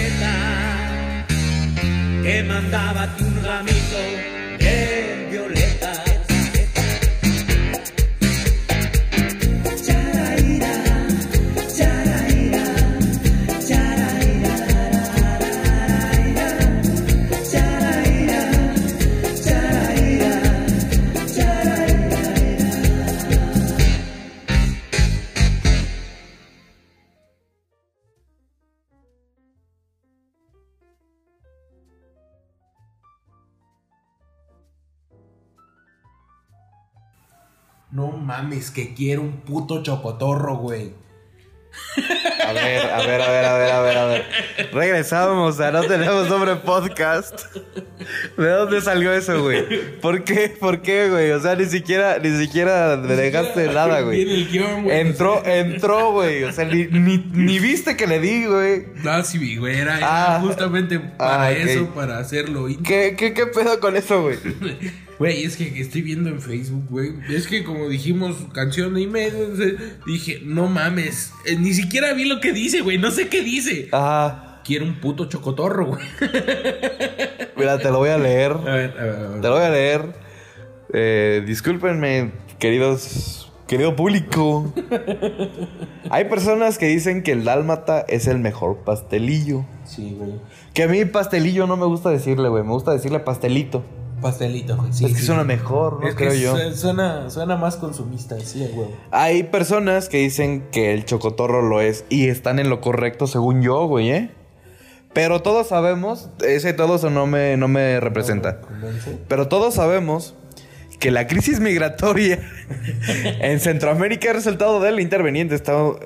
F: Te mandaba a ti un ramito de violetas. Charaira, charaira, charaira, charaira, charaira, charaira, charaira.
E: No mames, que quiero un puto chocotorro, güey.
D: A ver, a ver, a ver, a ver, a ver, a ver. Regresamos a No Tenemos Nombre Podcast. ¿De dónde salió eso, güey? ¿Por qué? ¿Por qué, güey? O sea, ni siquiera, ni siquiera me dejaste nada,
E: Viene
D: güey.
E: el guión, güey.
D: Entró, entró, güey. O sea, ni, ni, ni viste que le di, güey.
E: Ah, sí, vi, güey, era, era
D: Ah.
E: justamente para
D: Ah, ok.
E: eso, para hacerlo. Y-
D: ¿Qué, qué, qué pedo con eso, güey?
E: Güey, es que estoy viendo en Facebook, güey. Es que como dijimos, canción y medio, entonces, dije, no mames. Eh, ni siquiera vi lo que dice, güey. No sé qué dice.
D: Ah,
E: Quiero un puto chocotorro, güey.
D: mira, te lo voy a leer.
E: A ver, a ver, a ver.
D: Te lo voy a leer. Eh, discúlpenme, queridos. Querido público. Hay personas que dicen que el dálmata es el mejor pastelillo.
E: Sí, güey.
D: Que a mí pastelillo no me gusta decirle, güey. Me gusta decirle pastelito.
E: Pastelito, güey. Sí,
D: es que
E: sí.
D: suena mejor, ¿no?
E: Es que
D: creo yo.
E: su- Suena, suena más consumista, sí, güey.
D: Hay personas que dicen que el chocotorro lo es y están en lo correcto según yo, güey, ¿eh? Pero todos sabemos, ese todos no me, no me representa.
E: ¿Convence?
D: Pero todos sabemos que la crisis migratoria en Centroamérica es resultado del interveniente estado-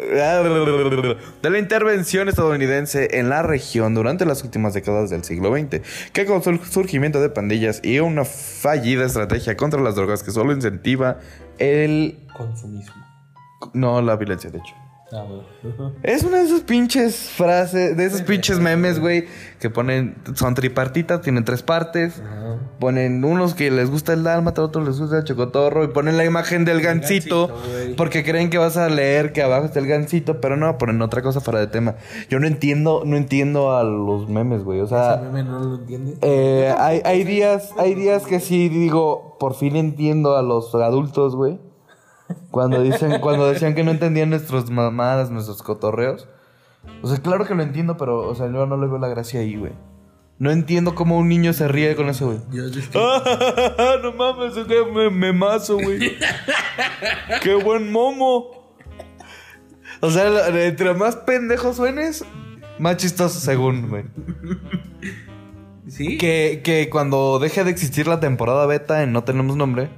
D: de la intervención estadounidense en la región durante las últimas décadas del siglo XX, que causó el surgimiento de pandillas y una fallida estrategia contra las drogas que solo incentiva el
E: Consumismo. Ah,
D: no la violencia, de hecho.
E: A ver.
D: Es una de esas pinches frases, de esos pinches memes, güey, que ponen son tripartitas, tienen tres partes.
E: Ajá.
D: Ponen unos que les gusta el dálmata, otros les gusta el chocotorro y ponen la imagen del gancito,
E: gansito, güey.
D: porque creen que vas a leer que abajo está el gancito, pero no, ponen otra cosa fuera de tema. Yo no entiendo, no entiendo a los memes, güey, o
E: Ese
D: sea,
E: meme no lo entiendes.
D: eh, hay, hay días, hay días que sí digo, por fin entiendo a los adultos, güey. Cuando dicen, cuando decían que no entendían nuestras mamadas, nuestros cotorreos. O sea, claro que lo entiendo, pero o sea, yo no le veo la gracia ahí, güey. No entiendo cómo un niño se ríe con eso, güey. [LAUGHS]
E: Yo, yo estoy-
D: Ah, no mames, qué me, memazo, güey.
E: [LAUGHS]
D: qué buen momo. O sea, lo- entre más pendejo suenes, más chistoso según, güey.
E: ¿Sí?
D: Que, que cuando deje de existir la temporada beta en No Tenemos Nombre,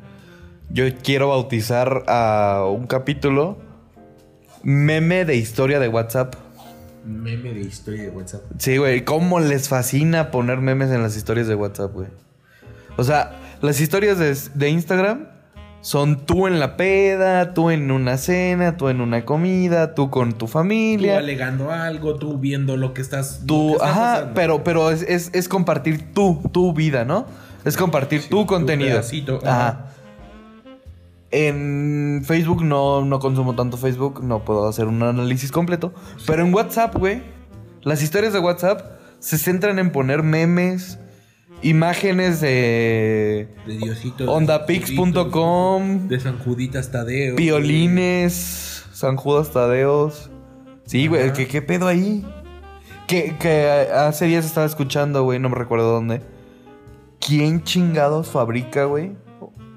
D: yo quiero bautizar a un capítulo meme de historia de WhatsApp.
E: Meme de historia de WhatsApp.
D: Sí, güey, cómo les fascina poner memes en las historias de WhatsApp, güey. O sea, las historias de, de Instagram son tú en la peda, tú en una cena, tú en una comida, tú con tu
E: Tú
D: familia.
E: alegando algo, tú viendo lo que estás. lo que
D: Tú,
E: está
D: ajá,
E: pasando.
D: pero, pero es, es- es compartir tu, tu vida, ¿no? Es compartir tu
E: tu
D: contenido.
E: pedacito,
D: ajá.
E: ajá.
D: En Facebook no, no consumo tanto Facebook, no puedo hacer un análisis completo. Pero en WhatsApp, güey, las historias de WhatsApp se centran en poner memes, imágenes de
E: De Diosito. de
D: ondapix.com,
E: De San Juditas Tadeo.
D: violines, San Judas Tadeos. Sí, güey,
E: Ajá.
D: ¿qué, ¿qué pedo ahí? Que, que hace días estaba escuchando, güey, no me recuerdo dónde. ¿Quién chingados fabrica, güey?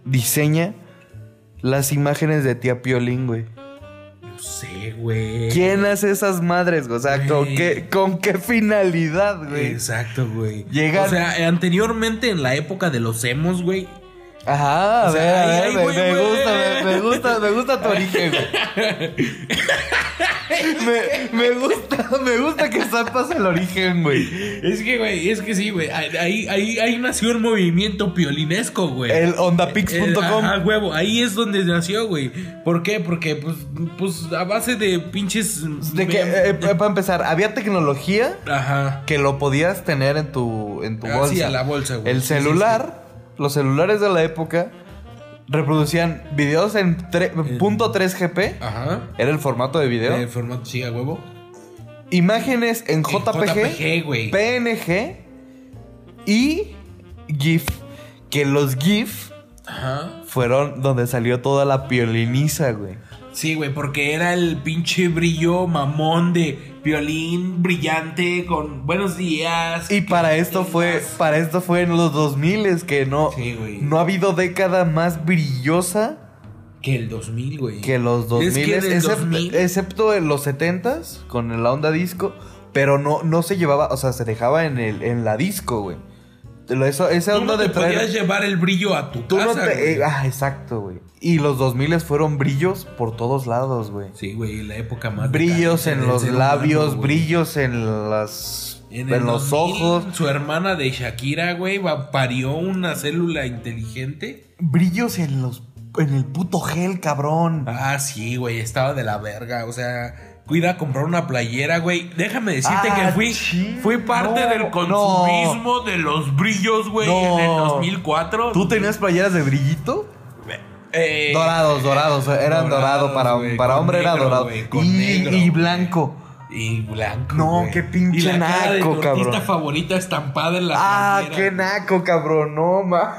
D: Diseña las imágenes de tía Piolín, güey.
E: No sé, güey.
D: ¿Quién hace esas madres, güey? O sea, ¿con
E: Güey.
D: qué, ¿con qué finalidad, güey?
E: Exacto, güey.
D: Llegan-
E: O sea, eh, anteriormente en la época de los emos, güey.
D: Ajá, a
E: O sea,
D: ver, a
E: ahí-
D: ver,
E: ahí,
D: me,
E: güey,
D: me
E: güey.
D: gusta, me, me gusta, me gusta tu origen, güey.
E: [LAUGHS]
D: Me, me gusta, me gusta que zapas el origen, güey.
E: Es que, güey, es que sí, güey. Ahí, ahí, ahí nació el movimiento piolinesco, güey.
D: El ondapix.com.
E: A, huevo, ahí es donde nació, güey. ¿Por qué? Porque, pues, pues a base de pinches.
D: De que, eh, eh, para empezar, había tecnología
E: Ajá.
D: que lo podías tener en tu, en tu
E: Ah,
D: bolsa.
E: sí, a la bolsa, güey.
D: El
E: Sí, sí,
D: celular, los celulares de la época reproducían videos en tre- punto .3 GP,
E: Ajá.
D: era el formato de video,
E: De formato, sí, a huevo.
D: imágenes en
E: JPG,
D: JPG,
E: güey.
D: PNG y GIF, que los GIF
E: Ajá.
D: fueron donde salió toda la pioliniza, güey.
E: Sí, güey, porque era el pinche brillo mamón de violín brillante con buenos días.
D: Y para esto fue,
E: tengas-
D: para esto fue en los 2000 que no,
E: Sí, güey.
D: no ha habido década más brillosa
E: Que el 2000, güey.
D: que los 2000,
E: Es que del
D: excep-
E: 2000.
D: excepto en los 70s con la onda disco, pero no, no se llevaba, o sea, se dejaba en, el, en la disco, güey. Te lo- Eso, esa
E: Tú
D: onda
E: no te
D: de traer...
E: podías llevar el brillo a tu
D: tú no
E: casa,
D: te-
E: güey.
D: eh, ah, exacto, güey. Y los 2000 fueron brillos por todos lados, güey.
E: Sí, güey, la época más...
D: Brillos
E: decadente
D: en
E: del
D: los
E: ser humano,
D: labios,
E: güey.
D: brillos en las... En,
E: el
D: los
E: 2000,
D: ojos,
E: Su hermana de Shakira, güey, va- parió una célula inteligente.
D: brillos en los... En el puto gel, cabrón.
E: Ah, sí, güey, estaba de la verga. O sea, cuida a comprar una playera, güey. Déjame decirte
D: Ah,
E: que fui,
D: ching-
E: fui parte
D: no,
E: del
D: no.
E: consumismo de los brillos, güey,
D: No.
E: en el 2004.
D: ¿Tú tenías playeras de brillito?
E: Eh,
D: Dorados, dorados, eh, eran
E: dorados,
D: dorado para,
E: güey,
D: para
E: con
D: hombre era
E: negro,
D: dorado.
E: güey, con
D: y,
E: negro,
D: y
E: güey.
D: blanco.
E: Y blanco.
D: No,
E: güey.
D: qué pinche
E: Y la cara de
D: naco,
E: tu artista
D: cabrón.
E: favorita estampada en la
D: Ah,
E: playera,
D: qué naco, cabrón, no ma.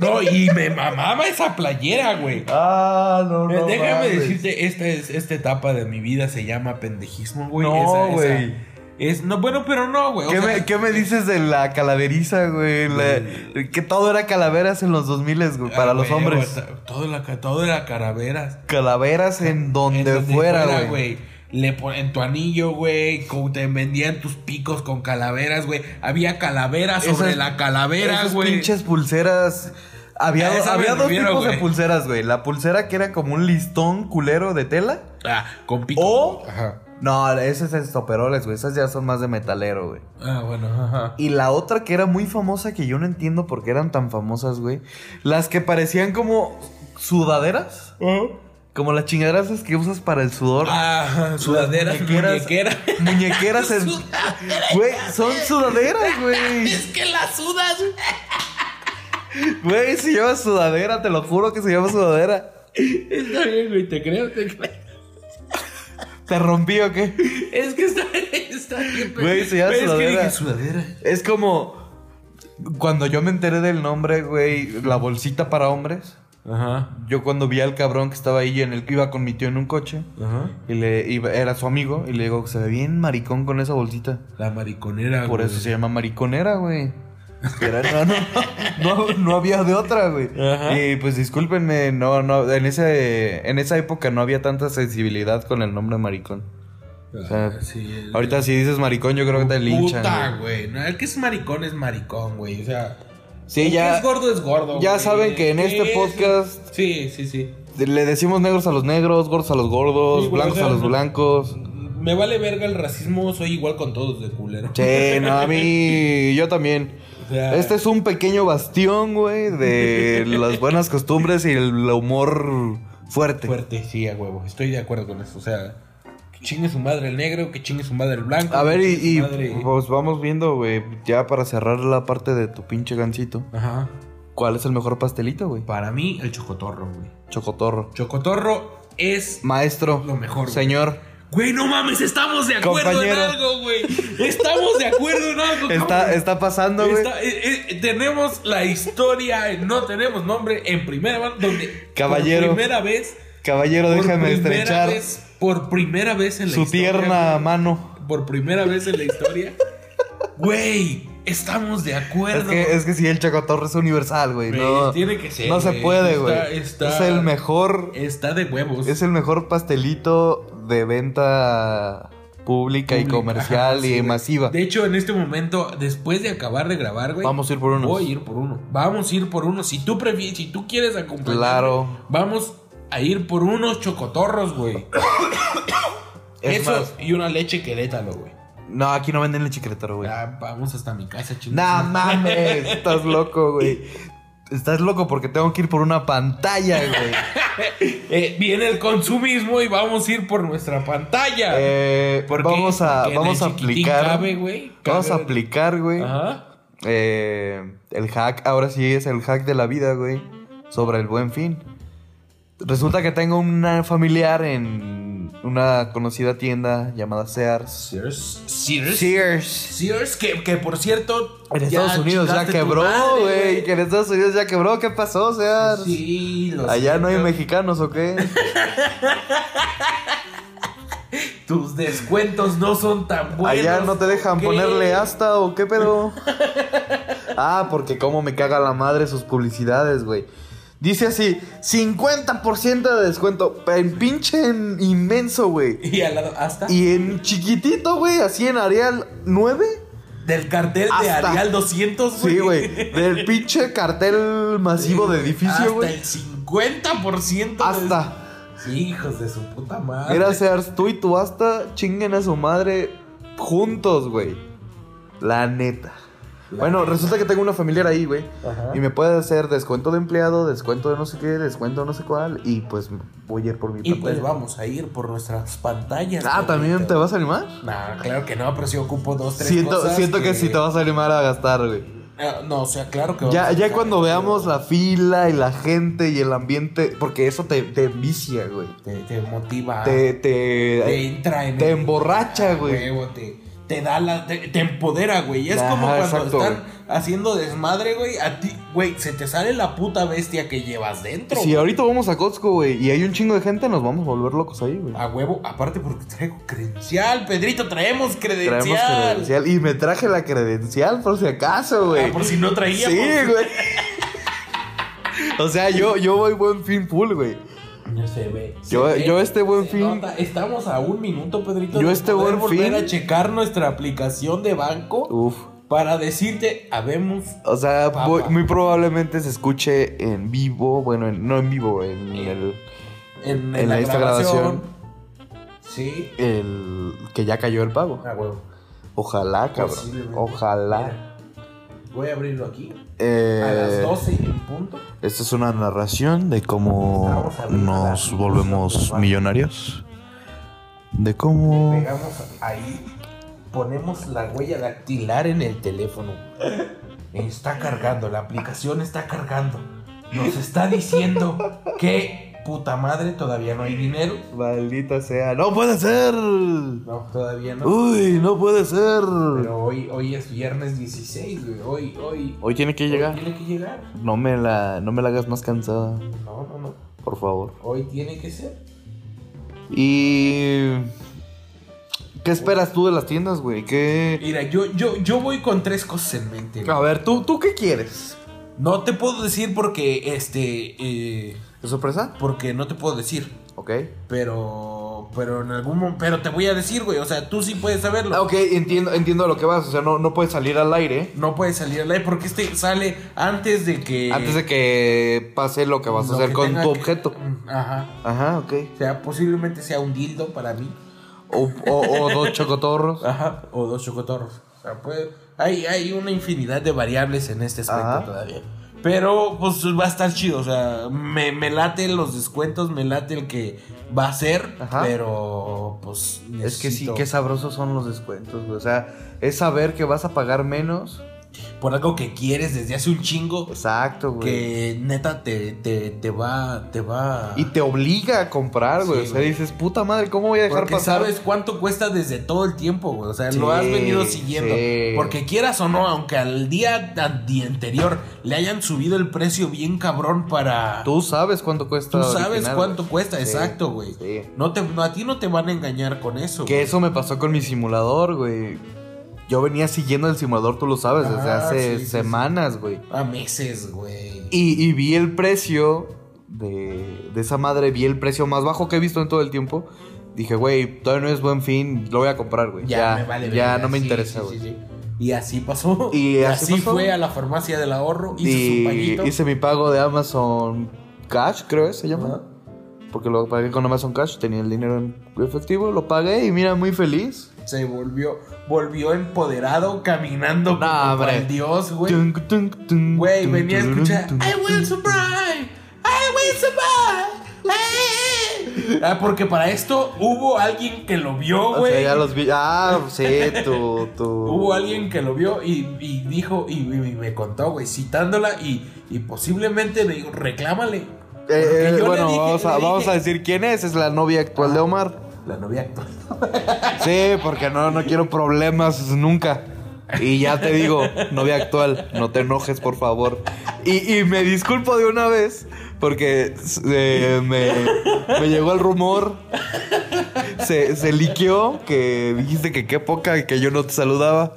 E: No, y me mamaba esa playera, güey.
D: Ah, no,
E: Eh,
D: no.
E: Déjame
D: mames.
E: decirte, esta, es, esta etapa de mi vida se llama pendejismo, güey.
D: No,
E: Esa- esa-
D: güey.
E: Es, no, bueno, pero no, güey. o
D: ¿Qué
E: sea, [LAUGHS]
D: me, qué me dices de la calaveriza, güey? La- que todo era calaveras en los 2000, güey,
E: ah,
D: para los
E: güey,
D: hombres.
E: güey, Todo la, ca- todo era calaveras.
D: Calaveras en donde,
E: En donde
D: fuera, güey.
E: Le pon- en tu anillo, güey. con- Te vendían tus picos con calaveras, güey. Había calaveras sobre
D: Esas-
E: la calavera,
D: Esas
E: güey.
D: pinches pulseras. Había,
E: A
D: do-
E: esa me
D: había dos
E: refiero,
D: tipos de
E: güey.
D: pulseras, güey. La pulsera que era como un listón culero de tela.
E: Ah, con picos.
D: O-
E: Ajá.
D: No, esas es estoperoles, güey. Esas ya son más de metalero, güey.
E: Ah, bueno, ajá.
D: Y la otra que era muy famosa, que yo no entiendo por qué eran tan famosas, güey. Las que parecían como sudaderas. Como las chingaderas esas que usas para el sudor.
E: Ah, sudaderas,
D: muñequeras.
E: muñequeras.
D: Muñequeras en... Güey, son sudaderas, güey.
E: Es que la sudas.
D: Güey, se llama sudadera, te lo juro que se llama sudadera.
E: [LAUGHS] Está bien, güey, te creo, te creo.
D: ¿Te rompí o qué?
E: Es que está, está bien.
D: Güey, se llama
E: Güey,
D: sudadera.
E: Es que dije sudadera.
D: Es como... Cuando yo me enteré del nombre, güey, la bolsita para hombres.
E: Ajá,
D: Yo cuando vi al cabrón que estaba ahí en el que iba con mi tío en un coche
E: ajá.
D: y le iba- era su amigo y le digo que se ve bien maricón con esa bolsita.
E: La mariconera,
D: Por
E: güey.
D: eso se llama mariconera,
E: [LAUGHS]
D: güey. Pero no, no, no, no había de otra, güey.
E: Ajá.
D: Y pues discúlpenme, no, no, en ese, en esa época no había tanta sensibilidad con el nombre maricón.
E: Ah,
D: O sea,
E: sí, el-
D: ahorita si dices maricón, yo creo que te linchan.
E: Puta,
D: güey.
E: güey. No, el que es maricón es maricón, güey. O sea.
D: Sí,
E: el que
D: ya,
E: es gordo es gordo.
D: ya
E: güey.
D: saben que en este
E: Sí,
D: podcast
E: Sí, sí, sí.
D: le decimos negros a los negros, gordos a los gordos,
E: Sí, güey,
D: blancos
E: o sea,
D: a los
E: no-
D: blancos.
E: Me vale verga el racismo, soy igual con todos de culero. [LAUGHS]
D: Sí, no, a mí, yo también.
E: O sea-
D: Este es un pequeño bastión, güey, de
E: [LAUGHS]
D: las buenas costumbres y el humor fuerte.
E: Fuerte, sí, a huevo. Estoy de acuerdo con eso. O sea, que chingue su madre el negro, que chingue su madre el blanco.
D: A
E: que
D: ver,
E: chingue su
D: y, y,
E: madre-
D: pues vamos viendo, güey, ya para cerrar la parte de tu pinche gancito.
E: Ajá.
D: ¿Cuál es el mejor pastelito, güey?
E: Para mí, el chocotorro, güey.
D: Chocotorro.
E: Chocotorro es.
D: Maestro.
E: Lo mejor, güey.
D: Señor.
E: Güey, no mames, estamos de acuerdo
D: Compañero.
E: en algo, güey. Estamos de acuerdo en algo,
D: Está,
E: cabrón.
D: está pasando, güey.
E: Está- eh, eh, tenemos la historia, en no tenemos nombre, en primera mano, donde
D: Caballero.
E: por primera vez,
D: Caballero,
E: por
D: déjame
E: primera
D: estrechar
E: vez, por primera vez en la
D: su
E: historia,
D: tierna
E: güey,
D: mano.
E: por primera vez en la historia. Güey, estamos de
D: Es
E: acuerdo.
D: que, es que sí, el Chaco Torres es universal, güey.
E: Güey,
D: No,
E: tiene que ser,
D: No se
E: güey.
D: puede, güey.
E: Está- está-
D: Es el mejor.
E: Está de huevos.
D: Es el mejor pastelito de venta pública y
E: Pública,
D: comercial
E: ajá, sí,
D: y
E: güey.
D: masiva.
E: De hecho, en este momento, después de acabar de grabar, güey.
D: Vamos a ir por unos.
E: Voy a ir por uno. Vamos a ir por uno. Si tú prefieres, si tú quieres acompañar.
D: Claro.
E: Vamos a ir por unos chocotorros, güey.
D: Es
E: Eso
D: más-
E: y una leche querétalo, güey.
D: No, aquí no venden leche querétaro, güey.
E: Ah, vamos hasta mi casa, chingos.
D: Nah, mames, estás loco, güey. Estás loco porque tengo que ir por una pantalla,
E: [LAUGHS]
D: güey.
E: Eh, viene el consumismo y vamos a ir por nuestra pantalla.
D: Eh,
E: ¿Por qué?
D: vamos a,
E: Porque en
D: vamos
E: el
D: a
E: chiquitín
D: aplicar.
E: cabe, güey.
D: Vamos a
E: Cabe-
D: aplicar, güey.
E: Ajá.
D: eh, el hack, ahora sí es el hack de la vida, güey. Sobre el buen fin. Resulta que tengo una familiar en una conocida tienda llamada Sears.
E: Sears. Sears.
D: Sears.
E: Sears, que, que por cierto.
D: En
E: ya
D: Estados Unidos ya
E: chingaste tu
D: quebró,
E: madre,
D: güey. Que en Estados Unidos ya quebró. ¿Qué pasó, Sears?
E: Sí, lo
D: Allá no hay
E: siento.
D: mexicanos, ¿o qué?
E: Tus descuentos no son tan buenos.
D: Allá no te dejan
E: ¿ok?
D: ponerle hasta o qué pedo. ah, porque cómo me caga la madre sus publicidades, güey. Dice así, 50% de descuento, pe- en pinche en- inmenso, güey.
E: [LAUGHS] Y al lado, hasta.
D: Y en chiquitito, güey, así en Arial 9.
E: del cartel de
D: hasta-
E: Arial 200, güey.
D: Sí, güey. Del pinche cartel masivo de edificio, güey.
E: Hasta el 50%. de-
D: Hasta.
E: Sí, hijos de su puta madre.
D: Mira, Sears, tú y tu hasta chinguen a su madre juntos, güey. La neta. bueno, resulta que tengo una familiar ahí, güey.
E: Ajá.
D: Y me puede hacer descuento de empleado, descuento de no sé qué, descuento de no sé cuál. Y pues voy a ir por mi
E: Y pues
D: pantalla.
E: vamos a ir por nuestras pantallas.
D: Ah, ¿también te vas a animar?
E: No, claro que no, pero sí ocupo dos, tres
D: Siento,
E: cosas
D: siento que... sí te vas a animar a gastar, güey.
E: Ah, No, o sea, claro que
D: Ya,
E: vamos a
D: ya
E: ir.
D: cuando veamos la fila y la gente y el ambiente, porque eso te, te vicia, güey.
E: Te, te motiva.
D: Te,
E: Ah. te
D: te,
E: entra en
D: te
E: el-
D: emborracha, güey.
E: Huevo, te, te da la. Te, te empodera, güey. Es
D: Ajá,
E: como cuando
D: exacto,
E: están haciendo desmadre, güey. A ti, güey, se te sale la puta bestia que llevas dentro.
D: Si
E: güey.
D: ahorita vamos a Costco, güey, y hay un chingo de gente, nos vamos a volver locos ahí, güey.
E: A huevo, aparte porque traigo credencial, Pedrito, traemos credencial.
D: Traemos credencial. Y me traje la credencial por si acaso, güey.
E: Ah, por si no traía.
D: Sí,
E: por-
D: güey. O sea, yo, yo voy buen fin full, güey.
E: No se ve. se
D: Yo-
E: ve,
D: yo este buen
E: se
D: fin-
E: nota. Estamos a un minuto, Pedrito.
D: Yo
E: de
D: este
E: poder
D: buen
E: volver
D: fin- Uh.
E: a checar nuestra aplicación de banco
D: Uf.
E: para decirte, habemos
D: O sea,
E: Papá.
D: voy- muy probablemente se escuche en vivo. Bueno, en- no en vivo, en el,
E: en, en
D: En
E: la
D: esta
E: grabación. Sí.
D: el- que ya cayó el pago.
E: Ah, huevo.
D: Ojalá, cabrón.
E: Posiblemente.
D: Ojalá.
E: Mira, voy a abrirlo aquí.
D: Eh,
E: A las 12 en punto.
D: Esta es una narración de cómo
E: Vamos a abrir
D: nos
E: la-
D: volvemos millonarios. De cómo.
E: Pegamos ahí. Ponemos la huella dactilar en el teléfono. Está cargando, la aplicación está cargando. Nos está diciendo que puta madre todavía no hay dinero.
D: Maldita sea. ¡No puede ser!
E: No, todavía no.
D: ¡Uy, no puede ser!
E: Pero hoy, hoy es viernes 16, güey. Hoy, hoy.
D: Hoy tiene que llegar.
E: Tiene que llegar.
D: No me la, no me la hagas más cansada,
E: No, no, no.
D: por favor.
E: Hoy tiene que ser.
D: Y. ¿Qué esperas tú de las tiendas, güey? ¿Qué.
E: Mira, yo, yo, yo voy con tres cosas en mente. güey.
D: A ver, ¿tú, ¿tú qué quieres?
E: No te puedo decir porque, este, eh,
D: ¿Qué sorpresa?
E: porque no te puedo decir.
D: Ok.
E: Pero, pero en algún momento, pero te voy a decir, güey. O sea, tú sí puedes saberlo.
D: Ah, ok, entiendo, entiendo a lo que vas. O sea, no, no puedes salir al aire
E: No puedes salir al aire porque este sale antes de que.
D: antes de que pase lo que vas a
E: lo
D: hacer
E: que
D: con
E: tenga
D: tu
E: que- Mm,
D: objeto.
E: Ajá.
D: Ajá, ok.
E: O sea, posiblemente sea un dildo para mí.
D: O, o- o
E: [LAUGHS]
D: dos chocotorros.
E: Ajá. O dos chocotorros. O sea, puede- hay, hay una infinidad de variables en este aspecto
D: Ajá.
E: todavía. Pero, pues va a estar chido. O sea, me, me late los descuentos, me late el que va a ser.
D: Ajá.
E: Pero, pues.
D: Es que sí,
E: necesito-
D: qué sabrosos son los descuentos, güey. O sea, es saber que vas a pagar menos
E: por algo que quieres desde hace un chingo
D: Exacto, güey.
E: que neta te, te, te va te va
D: Y te obliga a comprar, güey.
E: Sí,
D: o sea,
E: güey.
D: dices, puta madre, ¿cómo voy a dejar
E: porque
D: pasar?
E: sabes cuánto cuesta desde todo el tiempo, güey. O sea, lo has
D: Sí,
E: venido siguiendo.
D: sí.
E: Porque quieras o no, aunque al día anterior le hayan subido el precio bien cabrón para.
D: Tú sabes cuánto cuesta.
E: Tú sabes
D: original,
E: cuánto
D: güey.
E: cuesta,
D: Sí,
E: exacto, güey.
D: sí.
E: No te, no, a ti no te van a engañar con eso.
D: Que eso me pasó con mi simulador, güey. Yo venía siguiendo el simulador, tú lo sabes, desde
E: Ah,
D: hace
E: sí, sí,
D: semanas, güey.
E: güey. A meses, güey.
D: Y, y vi el precio de, de esa madre, vi el precio más bajo que he visto en todo el tiempo. Dije, güey, todavía no es buen fin, lo voy a comprar, güey. Ya, ya,
E: verga,
D: no me
E: sí,
D: interesa,
E: sí,
D: güey.
E: sí, sí. Y así pasó.
D: Y así pasó.
E: fue a la farmacia del ahorro. Hizo su
D: Y
E: paguito.
D: hice mi pago de Amazon Cash, creo que se llama.
E: Ajá.
D: Porque lo pagué con Amazon Cash, tenía el dinero en efectivo, lo pagué y mira, muy feliz.
E: Se volvió, volvió empoderado caminando
D: No,
E: como cual
D: hombre.
E: Dios, güey.
D: Tung, tung, tung,
E: Güey,
D: tung,
E: venía a
D: tururún,
E: escuchar
D: tung.
E: I will survive, I will survive eh". Ah, porque para esto hubo alguien que lo vio,
D: O
E: güey
D: sea, ya los vi. Ah, sí, tu, tu.
E: [LAUGHS] Hubo alguien que lo vio y, y dijo, y, y me contó, güey, citándola y, y posiblemente le digo, reclámale.
D: Eh,
E: Porque
D: eh,
E: yo le
D: bueno,
E: dije-
D: vamos, a,
E: le
D: vamos a
E: dije-
D: decir quién es. Es la novia actual de Omar.
E: La novia actual.
D: Sí, porque no, no quiero problemas nunca. Y ya te digo, novia actual, no te enojes, por favor. Y, y me disculpo de una vez, porque eh, me, me llegó el rumor. Se, se liqueó que dijiste que qué poca y que yo no te saludaba.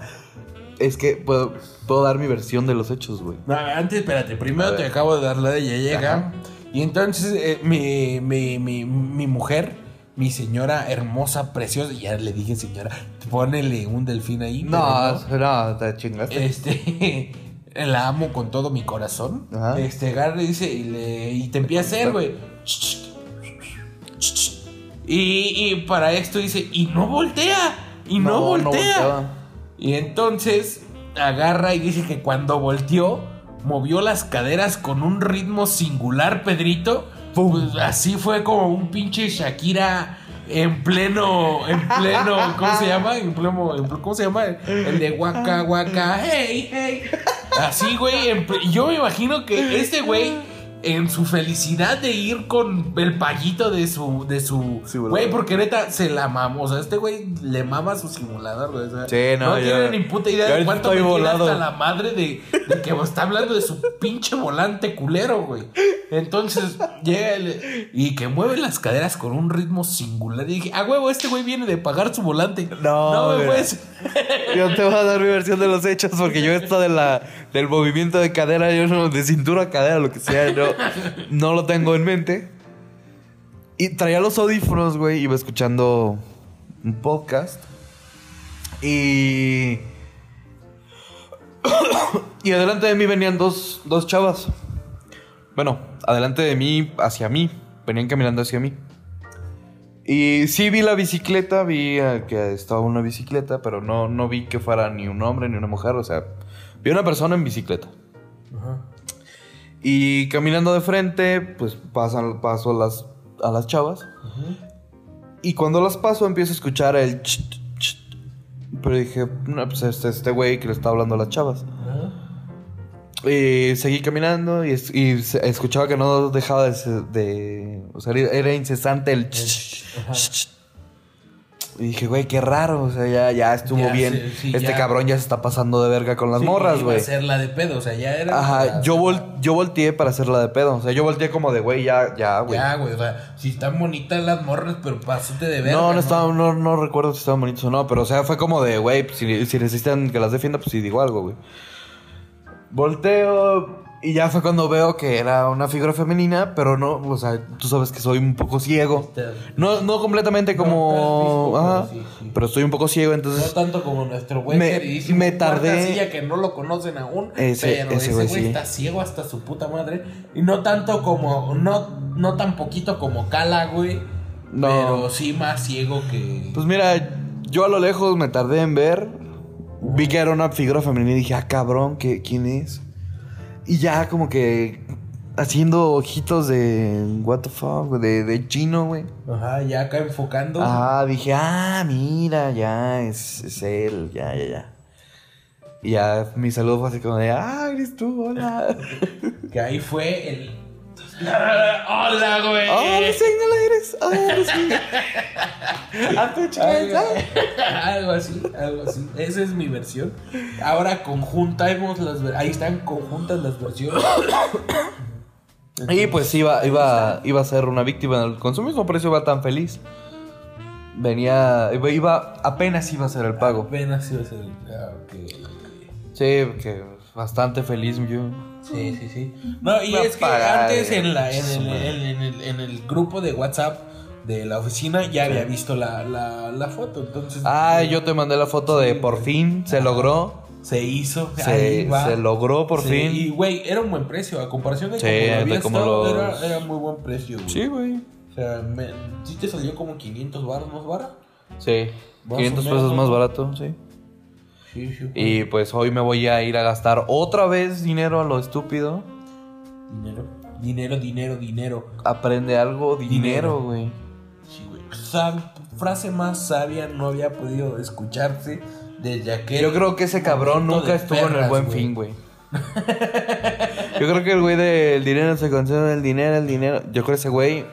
D: Es que puedo, puedo dar mi versión de los hechos, güey.
E: No, antes, espérate,
D: A
E: primero te
D: ver.
E: acabo de dar la de Yayega.
D: Ajá.
E: Y entonces eh, mi, mi, mi, mi mujer, mi señora hermosa, preciosa, ya le dije señora, ponele un delfín ahí.
D: No, [LAUGHS]
E: pero
D: no, te chingaste.
E: Este, [LAUGHS] la amo con todo mi corazón.
D: Ajá.
E: Este, agarra y dice, y, le- y te empieza a hacer, güey. Y, y para esto dice, y no voltea, y no, voltea.
D: volteaba.
E: Y entonces agarra y dice que cuando volteó, movió las caderas con un ritmo singular, Pedrito. Pues así fue como un pinche Shakira en pleno,
D: [LAUGHS]
E: en pleno, ¿cómo se llama? En pleno, en pl- ¿cómo se llama? El de Waka Waka, hey, hey. Así, güey, en pl- yo me imagino que este güey, en su felicidad de ir con el paguito de su, de su,
D: Sí,
E: güey,
D: ¿verdad?
E: porque neta se la mamó, o sea, este güey le mama su simulador, güey. o sea,
D: Sí, no,
E: no
D: yo-
E: tiene ni puta idea
D: yo
E: de
D: ahorita
E: cuánto me
D: estoy
E: tiene
D: volado.
E: hasta la madre de, de que está hablando de su pinche volante culero, güey. Entonces llega el- y que mueve las caderas con un ritmo singular. Y dije, ah, huevo, este güey viene de pagar su volante.
D: No,
E: no me
D: mira.
E: puedes.
D: Yo te voy a dar mi versión de los hechos porque yo esto de la, del movimiento de cadera, yo no, de cintura a cadera, lo que sea, yo no lo tengo en mente. Y traía los audífonos, güey, iba escuchando un podcast. Y... y adelante de mí venían dos, dos chavas. Bueno, adelante de mí, hacia mí. Venían caminando hacia mí. Y sí vi la bicicleta, vi eh, que estaba una bicicleta, pero no, no vi que fuera ni un hombre ni una mujer, o sea, vi una persona en bicicleta. Y caminando de frente, pues pasan, paso las, a las chavas. Y cuando las paso empiezo a escuchar el... ch, ch, ch. pero dije, no, pues este este güey que le está hablando a las chavas. Y seguí caminando y, es- y se- escuchaba que no dejaba de, se- de- O sea, era incesante el... ch, ch, ch, ch. Y dije, güey, qué raro. O sea, ya, ya estuvo
E: Ya,
D: bien.
E: sí, sí,
D: este
E: ya.
D: cabrón ya se está pasando de verga con las
E: Sí,
D: morras,
E: iba
D: güey.
E: a ser la de pedo, o sea, ya era.
D: Ajá, yo, vol- yo volteé para hacerla de pedo. O sea, yo volteé como de, güey, ya, ya, güey.
E: Ya, güey, o sea, si están bonitas las morras, pero pásate de verga.
D: No, no, estaba, no, no recuerdo si estaban bonitos o no, pero o sea, fue como de, güey, pues, si, si necesitan que las defienda, pues sí digo algo, güey. Volteo y ya fue cuando veo que era una figura femenina, pero no, o sea, tú sabes que soy un poco ciego. No, no completamente
E: Este, No,
D: como...
E: pero
D: ajá,
E: sí, sí, sí.
D: pero estoy un poco ciego, entonces...
E: No tanto como nuestro güey
D: Me-
E: queridísimo
D: me
E: Juan
D: tardé.
E: García, que no lo conocen aún.
D: Ese-
E: pero
D: ese
E: ese
D: güey
E: güey
D: sí.
E: está ciego hasta su puta madre. Y no tanto como. No, no tan poquito como Cala, güey.
D: No.
E: Pero sí más ciego que.
D: Pues mira, yo a lo lejos me tardé en ver. Vi que era una figura femenina y dije, ah, cabrón, ¿qué, ¿quién es? Y ya como que haciendo ojitos de... What the fuck, güey, de, de chino, güey.
E: Ajá, ya acá enfocando.
D: Ajá, dije, ah, mira, ya, es, es él, ya, ya, ya. Y ya mi saludo fue así como de, ah, eres tú, [LAUGHS] hola.
E: Que ahí fue el. [LAUGHS] ¡Hola, güey!
D: Hola, señor, eres. Hola, señor. A tu Ah, chica, ¿sabes?
E: [LAUGHS] algo así, algo así. Esa es mi versión. Ahora conjuntamos las ver- ahí están conjuntas las versiones. [LAUGHS]
D: Y pues iba, iba, iba a ser una víctima del consumismo, por eso iba tan feliz. Venía, iba, iba- apenas iba a ser el pago.
E: Apenas iba a ser. ah, ok.
D: Sí, que bastante feliz yo.
E: Sí, sí, sí. No, y
D: Una
E: es que
D: parada,
E: antes en, la, en,
D: su
E: el,
D: madre.
E: en- en el- en el grupo de WhatsApp de la oficina ya había visto la, la, la foto. Entonces.
D: Ah, yo te mandé la foto de
E: Sí.
D: por fin, se logró.
E: Se hizo. ahí
D: Se,
E: va.
D: se logró por
E: Sí,
D: fin.
E: Y, güey, era un buen precio. A comparación de
D: Sí,
E: como lo había
D: de como
E: estado,
D: los-
E: era, era muy buen precio, güey.
D: Sí, güey.
E: O sea, me- sí te salió como 500 baros más barato.
D: Sí.
E: Más o
D: 500
E: menos.
D: pesos más barato, sí.
E: Sí, sí. güey.
D: Y pues hoy me voy a ir a gastar otra vez dinero a lo estúpido.
E: Dinero, dinero, dinero, dinero.
D: Aprende algo,
E: Dinero.
D: dinero, güey.
E: Sí, güey. Sa- frase más sabia no había podido escucharse desde aquel.
D: Yo creo que ese cabrón
E: momento
D: nunca
E: de
D: estuvo en el
E: perras,
D: buen
E: güey.
D: fin, güey. Yo creo que el güey del dinero se concentra en el dinero, el dinero. Yo creo que ese güey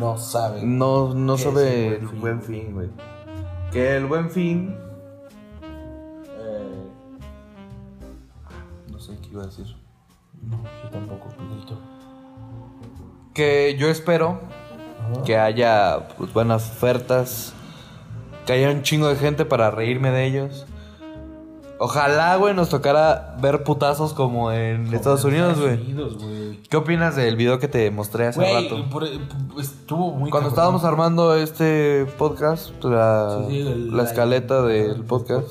E: No sabe.
D: no, no
E: ¿Qué es
D: sabe
E: el buen fin, güey?
D: güey. Que el buen fin. eh, no sé qué iba a decir.
E: No, yo tampoco, Pedrito.
D: Que yo espero que haya pues, buenas ofertas. Que haya un chingo de gente para reírme de ellos. Ojalá, güey, nos tocara ver putazos como en Estados Unidos, güey.
E: Unidos, güey.
D: ¿Qué opinas del video que te mostré hace
E: Güey,
D: rato?
E: por- por- estuvo muy.
D: Cuando
E: cabrón.
D: estábamos armando este podcast, la,
E: Sí, sí, el-
D: la escaleta del podcast,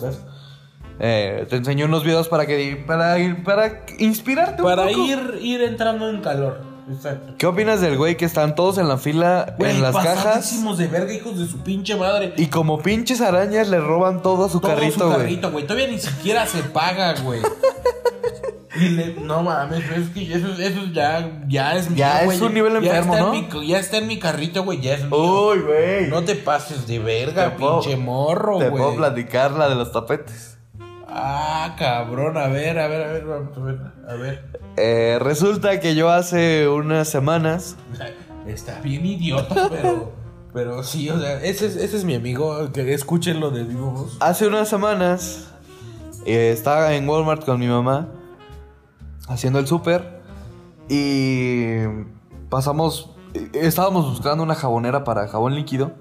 D: eh, te enseñé unos videos para que para, ir- para inspirarte un
E: Para
D: poco.
E: ir, ir entrando en calor. Exacto.
D: ¿Qué opinas del güey que están todos en la fila
E: Güey,
D: en las cajas
E: pasadísimos de verga, hijos de su pinche madre.
D: y como pinches arañas le roban todo su
E: Todo
D: carrito,
E: su
D: güey?
E: carrito, güey. Todavía ni siquiera se paga, güey. Y le- no mames, es que eso, eso ya, ya es mío,
D: Ya es
E: güey.
D: un nivel
E: Ya
D: enfermo,
E: está en
D: ¿no?
E: mi ca- ya está en mi carrito, güey, ya es mío.
D: Uy, güey.
E: no te pases de verga,
D: Te puedo-
E: pinche morro,
D: te
E: güey.
D: puedo platicar la de los tapetes.
E: Ah, cabrón, a ver, a ver, a ver, vamos a ver, a ver.
D: Eh, resulta que yo hace unas semanas
E: Está bien idiota, pero, pero sí, o sea, ese es, ese es mi amigo, que escúchenlo de vivo voz.
D: Hace unas semanas eh, estaba en Walmart con mi mamá haciendo el súper y pasamos, eh, estábamos buscando una jabonera para jabón líquido.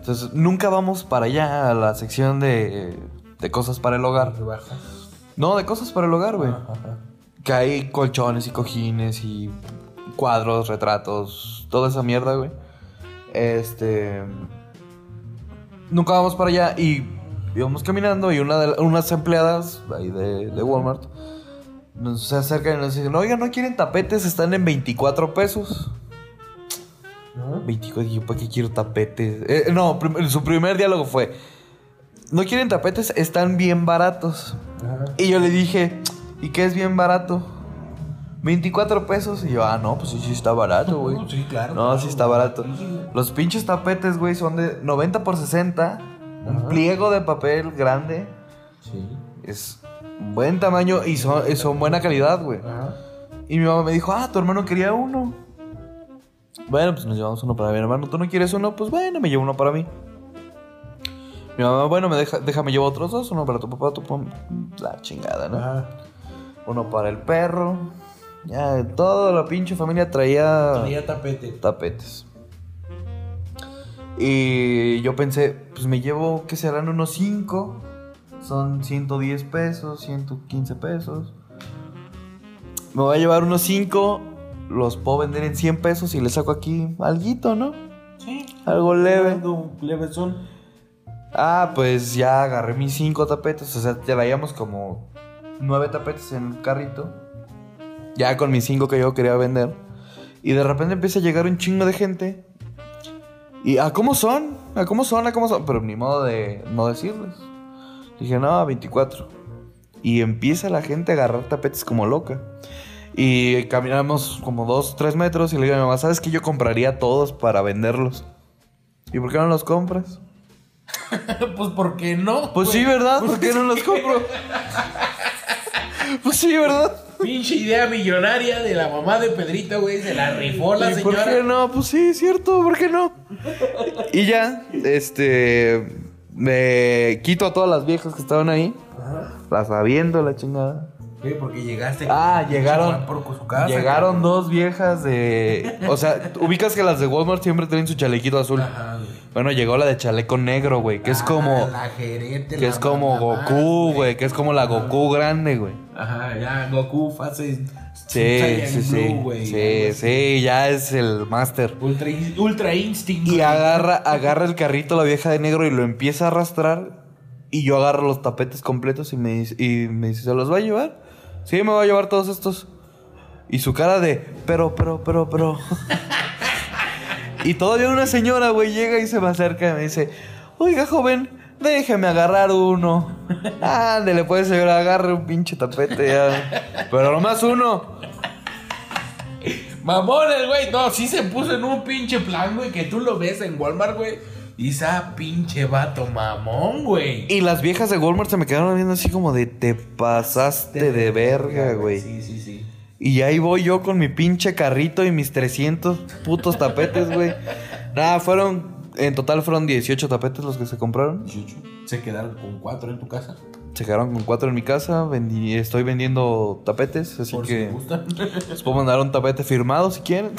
D: Entonces nunca vamos para allá a la sección de, de cosas para el hogar.
E: Rebajas.
D: No, de cosas para el hogar, güey.
E: Ajá.
D: Que hay colchones y cojines y cuadros, retratos, toda esa mierda, güey. Este. Nunca vamos para allá y íbamos caminando y una de la- unas empleadas ahí de, de Walmart nos se acercan y nos dicen: Oiga, no quieren tapetes, están en 24 pesos.
E: ¿No?
D: 24, dije, ¿para qué quiero tapetes? Eh, no, prim- su primer diálogo fue: No quieren tapetes, están bien baratos.
E: Ajá.
D: Y yo le dije, ¿y qué es bien barato? 24 pesos. Y yo, ah, no, pues sí, sí está barato, güey.
E: No, [LAUGHS] sí, claro,
D: No,
E: claro,
D: sí está
E: güey.
D: barato.
E: Sí, sí, güey.
D: Los pinches tapetes, güey, son de 90 por 60.
E: Ajá.
D: Un pliego de papel grande.
E: Sí.
D: Es buen tamaño y son, y son buena calidad, güey.
E: Ajá.
D: Y mi mamá me dijo, ah, tu hermano quería uno. Bueno, pues nos llevamos uno para mi hermano. ¿Tú no quieres uno? Pues bueno, me llevo uno para mí. Mi mamá, bueno, me deja, déjame llevo otros dos. Uno para tu papá, tu papá. La chingada, ¿no?
E: Ajá.
D: uno para el perro. Ya, toda la pinche familia traía,
E: Tenía tapete.
D: tapetes. Y yo pensé, pues me llevo, que serán unos 5. Son 110 pesos, 115 pesos. Me voy a llevar unos 5. Los puedo vender en 100 pesos y le saco aquí alguito, ¿no?
E: Sí.
D: Algo leve.
E: Algo Levesón.
D: Ah, pues ya agarré mis 5 tapetes. O sea, traíamos como 9 tapetes en el carrito. Ya con mis 5 que yo quería vender. Y de repente empieza a llegar un chingo de gente. Y, ¿a cómo son? ¿A cómo son? ¿A cómo son? Pero ni modo de no decirles. Dije, no, 24. Y empieza la gente a agarrar tapetes como loca. Y caminamos como 2, 3 metros y le digo a mi mamá, ¿sabes que yo compraría todos para venderlos? ¿Y por qué no los compras?
E: [LAUGHS] pues porque no.
D: Pues sí,
E: güey? Pues
D: ¿verdad? ¿Por qué no los compro? Pues sí, ¿verdad?
E: Pinche idea millonaria de la mamá de Pedrito, güey. Se la rifó la
D: ¿Y por qué
E: señora.
D: no? Pues sí, es cierto, ¿por qué no? Y ya, este. Me quito a todas las viejas que estaban ahí. Las habiendo la chingada.
E: Güey, porque llegaste.
D: Ah,
E: con-
D: llegaron.
E: Por su casa,
D: llegaron dos viejas de. O sea, ubicas que las de Walmart siempre tienen su chalequito azul.
E: Ajá, güey.
D: Bueno, llegó la de chaleco negro, güey. Que es como.
E: Ah, la gerente,
D: Que
E: la
D: es como
E: mamá más,
D: Goku, güey. Que es como la Goku grande, güey.
E: Ajá, ya, Goku fase.
D: Sí,
E: Saiyan
D: sí, sí.
E: Blue, güey,
D: Sí,
E: algo así.
D: sí, ya es el máster.
E: Ultra, in- ultra Instinct.
D: Y
E: güey.
D: agarra, agarra el carrito la vieja de negro y lo empieza a arrastrar. Y yo agarro los tapetes completos y me dice, y me dice, ¿se los va a llevar? Sí, me va a llevar todos estos. Y su cara de, pero, pero, pero, pero. [LAUGHS] y todavía una señora, güey, llega y se me acerca y me dice, oiga, joven, déjeme agarrar uno. [LAUGHS] Ándele, puede señora, agarre un pinche tapete ya. Pero nomás uno.
E: Mamones, güey. No, sí se puso en un pinche plan, güey. Que tú lo ves en Walmart, güey. Y esa pinche vato mamón, güey.
D: Y las viejas de Walmart se me quedaron viendo así como de, te pasaste de verga, güey.
E: Sí, sí, sí.
D: Y ahí voy yo con mi pinche carrito y mis 300 putos tapetes, güey. Nada, fueron. En total fueron 18 tapetes los que se compraron.
E: Se quedaron con cuatro en tu casa.
D: Se quedaron con 4 en mi casa. vendí- estoy vendiendo tapetes, así
E: por si
D: que.
E: te gustan. [LAUGHS]
D: les puedo mandar un tapete firmado si quieren.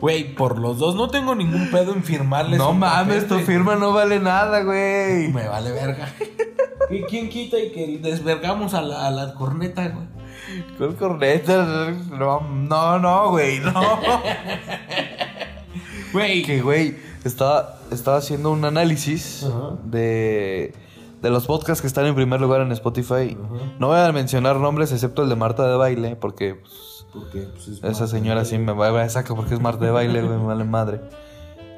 E: Güey, por los dos no tengo ningún pedo en firmarles.
D: No
E: un
D: mames, tu
E: papel, güey.
D: firma no vale nada, güey.
E: [LAUGHS] Me
D: [LAUGHS]
E: vale verga. ¿Y quién quita y que desvergamos a la, a la corneta, güey?
D: Con corneta. No, no, no, güey, no.
E: [LAUGHS] Güey.
D: Que, güey, estaba, estaba haciendo un análisis
E: Ajá.
D: de, de los podcasts que están en primer lugar en Spotify. No voy a mencionar nombres excepto el de Marta de Baile, porque pues,
E: Porque, pues, es
D: esa
E: más-
D: señora sí me va a sacar porque es Marta de Baile, güey, me vale madre.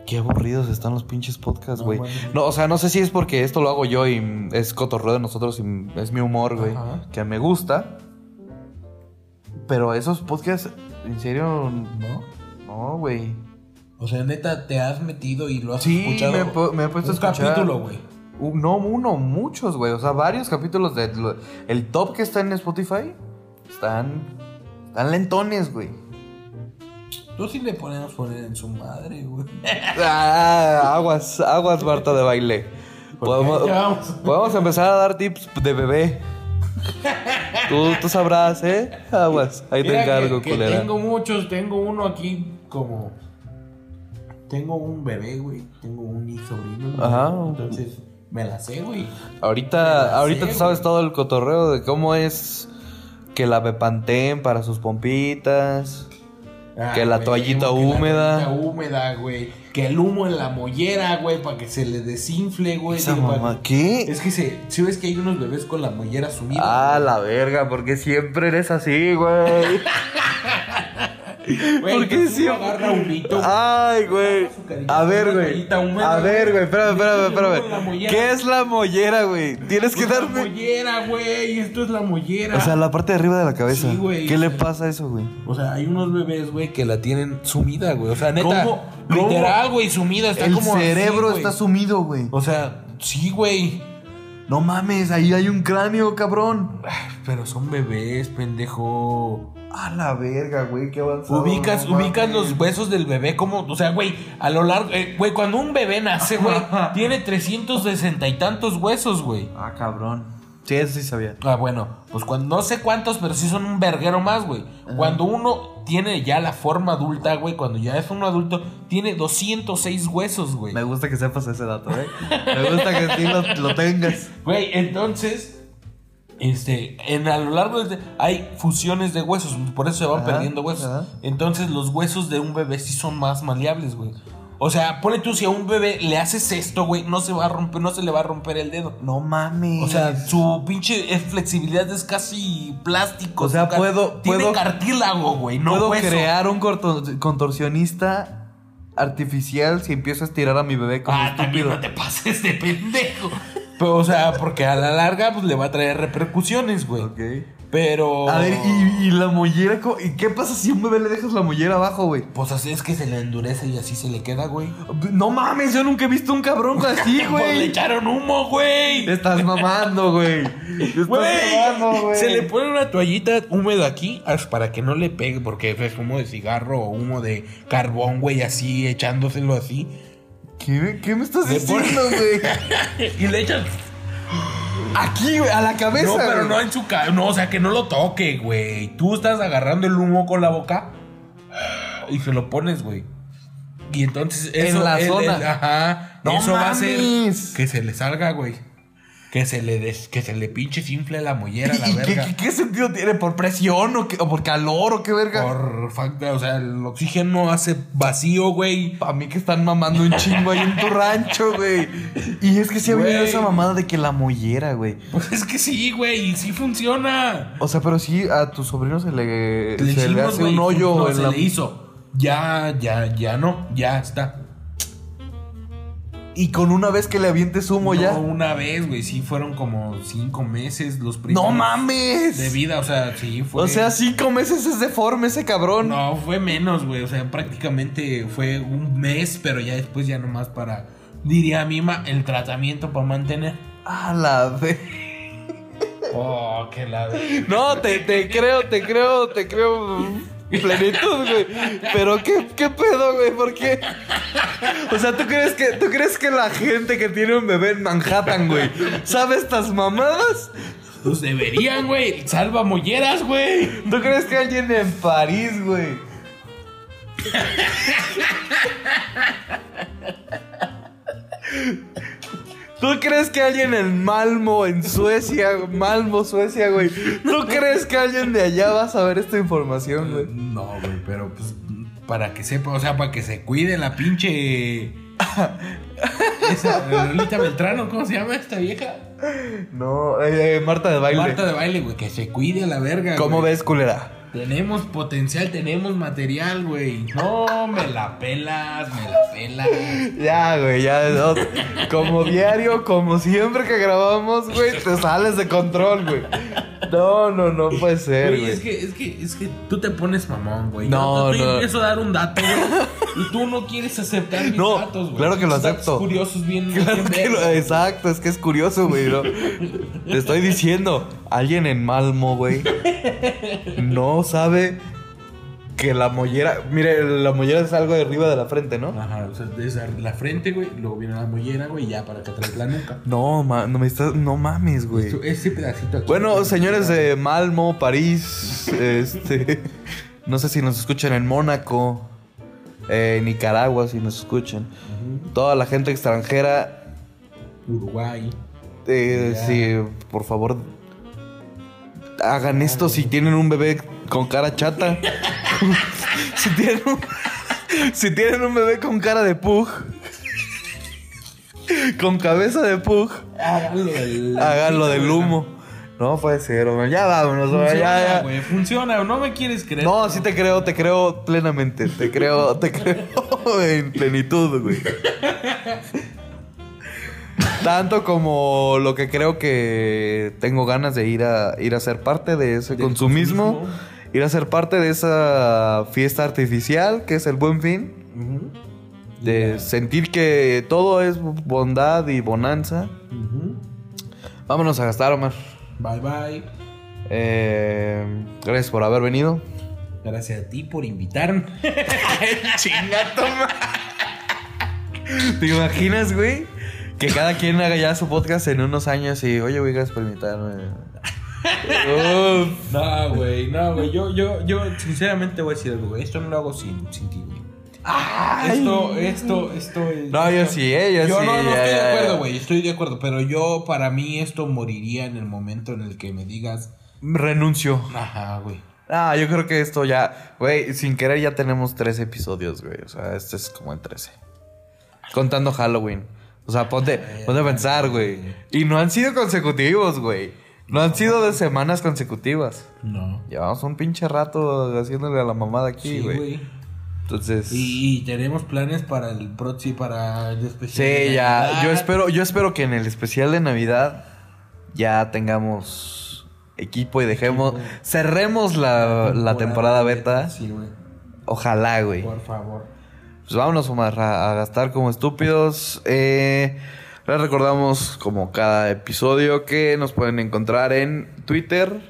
D: Qué aburridos están los pinches podcasts,
E: No,
D: güey.
E: mames.
D: No, o sea, no sé si es porque esto lo hago yo y mm, es cotorreo de nosotros y mm, es mi humor, güey,
E: Ajá.
D: que me gusta. Pero esos podcasts, en serio,
E: ¿No?
D: no, güey.
E: O sea, neta, te has metido y lo has
D: Sí,
E: escuchado.
D: me he pu- me he puesto a
E: un
D: escuchar.
E: capítulo, güey.
D: Uh, No uno, muchos, güey. O sea, varios capítulos de lo- el top que está en Spotify están están lentones, güey.
E: Tú sí le ponemos poner en su madre,
D: [LAUGHS]
E: güey.
D: [LAUGHS] Ah, aguas, aguas Marta de baile. Podemos,
E: ahí vamos. [LAUGHS]
D: podemos empezar a dar tips de bebé. Tú, tú sabrás, ¿eh? Aguas, ahí te
E: Mira que-
D: encargo,
E: que
D: culera.
E: Tengo muchos, tengo uno aquí como. Tengo un bebé, güey. Tengo un hijo sobrino. güey.
D: Ajá.
E: Entonces, me la sé, güey. Ya sé,
D: Ahorita, ahorita tú
E: güey.
D: sabes todo el cotorreo de cómo es que la bepanteen para sus pompitas. Que la toallita
E: Ah, que la
D: húmeda.
E: toallita húmeda, güey. Que el humo en la mollera, güey, para que se le desinfle, güey.
D: Esa
E: Digo,
D: mamá,
E: para-
D: ¿qué?
E: Es que se, si ves que hay unos bebés con la mollera sumida.
D: Ah,
E: güey.
D: la verga, porque siempre eres así,
E: [LAUGHS]
D: güey.
E: Güey,
D: ¿por qué
E: entonces uno
D: siempre?
E: Agarra un hito.
D: Ay, güey. A ver, güey. A ver, güey, espérame, espérame, espérame. ¿Qué es la mollera, güey? Tienes que
E: Pues la
D: darme.
E: mollera, güey. Esto es la mollera.
D: O sea, la parte de arriba de la cabeza.
E: Sí, güey.
D: ¿Qué le pasa a eso, güey?
E: O sea, hay unos bebés, güey, que la tienen sumida, güey. O sea, neta.
D: ¿Cómo?
E: Literal, güey, sumida. Está
D: El
E: como así,
D: cerebro
E: güey.
D: está sumido, güey.
E: O sea, sí, güey.
D: No mames, ahí hay un cráneo, cabrón.
E: Pero son bebés, pendejo.
D: A la verga, güey, qué avanzado.
E: Ubicas,
D: no
E: ubicas
D: mames.
E: los huesos del bebé como, o sea, güey, a lo largo, eh, güey, cuando un bebé
D: [LAUGHS]
E: nace, güey,
D: Ajá.
E: tiene 360 y tantos huesos, güey.
D: Ah, cabrón. Sí, eso sí sabía.
E: Ah, bueno, pues cuando no sé cuántos, pero sí son un verguero más, güey. Cuando uno tiene ya la forma adulta, güey, cuando ya es un adulto, tiene 206 huesos, güey.
D: Me gusta que sepas ese dato, eh. Me gusta que sí lo, lo tengas.
E: Güey, entonces, este, en a lo largo de, hay fusiones de huesos, por eso se van
D: Ajá,
E: perdiendo huesos.
D: ajá.
E: Entonces, los huesos de un bebé sí son más maleables, güey. O sea, pone tú si a un bebé le haces esto, güey, no se va a romper, no se le va a romper el dedo.
D: No mames.
E: O sea, su pinche eh, flexibilidad es casi plástico.
D: O sea,
E: su car-
D: puedo-
E: tiene
D: puedo-
E: cartílago, güey, no
D: puedo
E: hueso.
D: crear un corto- contorsionista artificial si empiezo a estirar a mi bebé como
E: Ah, también
D: estúpido.
E: no te pases de pendejo. Pero, o sea, porque a la larga pues, le va a traer repercusiones, güey.
D: Ok.
E: Pero.
D: A ver, ¿y, y la mollera? co- ¿Y qué pasa si a un bebé le dejas la mollera abajo, güey?
E: Pues así es que se le endurece y así se le queda, güey.
D: No mames, yo nunca he visto un cabrón
E: [LAUGHS]
D: así,
E: Pues le
D: güey.
E: echaron humo, güey.
D: Te estás mamando, güey. Te estás mamando,
E: Güey,
D: güey.
E: se le pone una toallita húmeda aquí as- para que no le pegue, porque es humo de cigarro o humo de carbón, güey, así, echándoselo así.
D: ¿Qué, qué me estás
E: Le pone-
D: diciendo, güey?
E: Y le echan.
D: Aquí, güey, a la cabeza.
E: No, pero
D: güey.
E: no en su cara. No, o sea, que no lo toque, güey. Tú estás agarrando el humo con la boca y se lo pones, güey. Y entonces eso.
D: En la
E: el- el-
D: zona.
E: ajá.
D: No
E: eso va a ser
D: mames.
E: que se le salga, güey. Que se le des, que se le pinche simple la mollera,
D: ¿Y-
E: la
D: y [LAUGHS] qué-
E: verga.
D: qué, qué sentido tiene? ¿Por presión o, qué- o por calor o qué verga?
E: Por facta, o sea, el oxígeno hace vacío, güey.
D: Para mí que están mamando un chingo ahí en tu rancho, güey. Y es que sí ha venido
E: Güey.
D: esa mamada de que la mollera, güey.
E: Pues es que sí, güey, y sí funciona.
D: O sea, pero sí a tu sobrino se le, se le hace
E: güey,
D: un hoyo
E: no,
D: en
E: se
D: la
E: le hizo. Ya, ya, ya no, ya está.
D: Y con una vez que le avientes humo
E: no,
D: ya.
E: una vez, güey, sí fueron como cinco meses los primeros.
D: ¡No mames!
E: De vida, o sea, sí fue.
D: O sea, cinco meses es deforme ese cabrón.
E: No, fue menos, güey. O sea, prácticamente fue un mes, pero ya después ya nomás para. Diría Mima, el tratamiento para mantener.
D: A la ve.
E: Oh, qué la.
D: No, te, te creo, te creo, te creo. Plenitud, güey. Pero qué, qué pedo, güey, ¿por qué? O sea, ¿tú crees, que, ¿tú crees que la gente que tiene un bebé en Manhattan, güey, sabe estas mamadas?
E: Pues deberían, güey. Salva molleras, güey.
D: ¿Tú crees que alguien en París, güey? ¿Tú crees que alguien en Malmo, en Suecia, Malmo, Suecia, güey? ¿Tú crees que alguien de allá va a saber esta información, güey?
E: No, güey, pero pues para que sepa, o sea, para que se cuide
D: [LAUGHS]
E: la pinche. Esa Lolita Beltrano, ¿cómo se llama esta vieja?
D: No, eh, eh, Marta de baile.
E: Marta de baile, güey, que se cuide a la verga.
D: ¿Cómo
E: güey.
D: ves, culera?
E: Tenemos potencial, tenemos material, güey. No, me la pelas, me la pelas.
D: Ya, güey, ya. no. Como diario, como siempre que grabamos, güey, te sales de control, güey. No, no, no puede ser,
E: Güey,
D: güey.
E: es que, es que, es que tú te pones mamón, güey.
D: No,
E: Yo te estoy-
D: no.
E: empiezo a dar un dato, güey. Y tú no quieres aceptar mis
D: No,
E: datos, güey.
D: claro que lo
E: Tus datos
D: acepto.
E: curiosos bien.
D: [LAUGHS] Claro
E: bien
D: que lo-
E: vergas.
D: exacto, es que es curioso, güey. ¿no? Te estoy diciendo, alguien en Malmo, güey, no sabe que la mollera. Mire, la mollera es algo de arriba de la frente, ¿no?
E: Ajá, o sea, es la frente, güey, luego viene la mollera, güey, y ya para que atrás la nuca.
D: No, ma- no me estás. No mames, güey.
E: Ese pedacito aquí.
D: Bueno, señores de Malmo, París, este. No sé si nos escuchan en Mónaco, eh, Nicaragua, si nos escuchan. Toda la gente extranjera,
E: Uruguay.
D: Eh,
E: Ya.
D: sí, por favor. Hagan esto si tienen un bebé con cara chata. [LAUGHS] si, tienen un, si tienen un bebé con cara de pug. con cabeza de pug.
E: Háganlo del.
D: [LAUGHS] Háganlo del humo. No puede ser, hombre. Ya vámonos, hombre,
E: Funciona,
D: ya, ya.
E: güey, funciona, no me quieres creer.
D: No, sí te creo, te creo plenamente. Te creo, te creo [LAUGHS] en plenitud, güey. Tanto como lo que creo que tengo ganas de ir a, ir a ser parte de ese
E: Del
D: consumismo,
E: consumismo.
D: ir a ser parte de esa fiesta artificial que es el buen fin,
E: Ujú,
D: de sentir que todo es bondad y bonanza.
E: ujú.
D: Vámonos a gastar, Omar.
E: Bye bye.
D: Eh, gracias por haber venido.
E: Gracias a ti por invitarme.
D: ¿Te imaginas, güey? Que cada quien haga ya su podcast en unos años y, oye, güey, gracias por
E: [LAUGHS]
D: invitarme. Uf.
E: [LAUGHS] No, güey, no, güey. Yo, yo, yo, sinceramente voy a decir algo, güey. Esto no lo hago sin, sin ti, güey. Esto, esto, esto es.
D: No, yo
E: esto-
D: sí, eh, yo sí,
E: no, no
D: ya,
E: estoy
D: ya,
E: de acuerdo,
D: ya.
E: güey. Estoy de acuerdo. Pero yo, para mí, esto moriría en el momento en el que me digas.
D: Renuncio.
E: Ajá, güey.
D: Ah, yo creo que esto ya, güey, sin querer ya tenemos tres episodios, güey. O sea, este es como el 13. Contando Halloween. O sea, ponte, ponte a pensar, güey. Y no han sido consecutivos, güey. No han sido de semanas consecutivas.
E: No.
D: Llevamos un pinche rato haciéndole a la mamada aquí,
E: Sí,
D: güey.
E: güey.
D: Entonces.
E: Y, y tenemos planes para el próximo, para el especial. de
D: Sí, ya.
E: Navidad.
D: Yo espero, yo espero que en el especial de Navidad ya tengamos equipo y dejemos.
E: Equipo.
D: Cerremos la, la temporada beta.
E: Sí, güey.
D: Ojalá, güey.
E: Por favor.
D: Pues vámonos, Omar, a, a gastar como estúpidos. Eh, les recordamos, como cada episodio, que nos pueden encontrar en Twitter,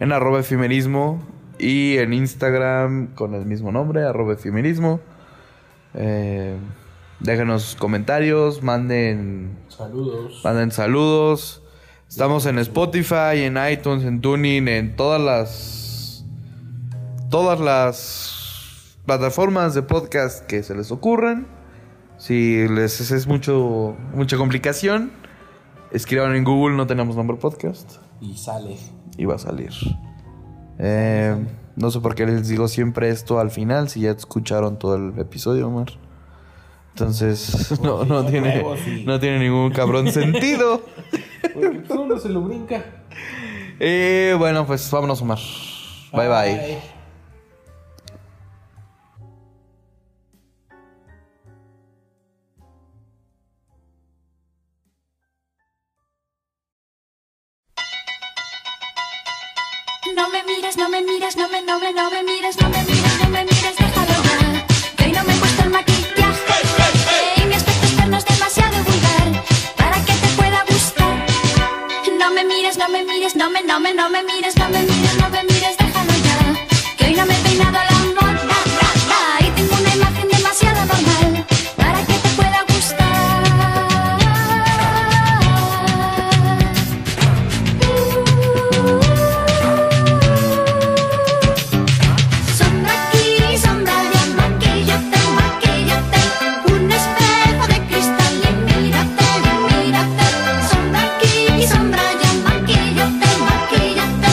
D: en arroba efimerismo, y en Instagram con el mismo nombre, arroba efimerismo. Eh, déjenos comentarios, manden
E: Saludos.
D: Manden saludos. Estamos en Spotify, en iTunes, en Tuning, en todas las. Todas las plataformas de podcast que se les ocurran. Si les es- es mucho, mucha complicación, escriban en Google, no tenemos nombre podcast.
E: Y sale.
D: Y va a salir. Eh, no sé por qué les digo siempre esto al final, si ya escucharon todo el episodio, Omar. Entonces, [LAUGHS] no, no,
E: si son
D: tiene,
E: nuevos y-
D: no tiene ningún cabrón sentido.
E: Porque pues, uno se lo brinca.
D: Y bueno, pues vámonos, Omar. Bye bye. bye.
C: No me miras, no me miras, no me, no me, no me miras, no me miras, no me miras, déjalo mal. Que hoy no me he puesto el maquillaje y mi aspecto externo es demasiado vulgar para que te pueda gustar. No me miras, no me mires, no me, no me, no me mires, no me mires, no me mires, déjalo ya. Que hoy no me he peinado a la moda, ra, ra, y tengo una imagen demasiado normal para que te pueda gustar. Sombra aquí, sombra allá, maquillate, maquillate Un espejo de cristal y mírate, mírate Sombra aquí, sombra allá, maquillate, maquillate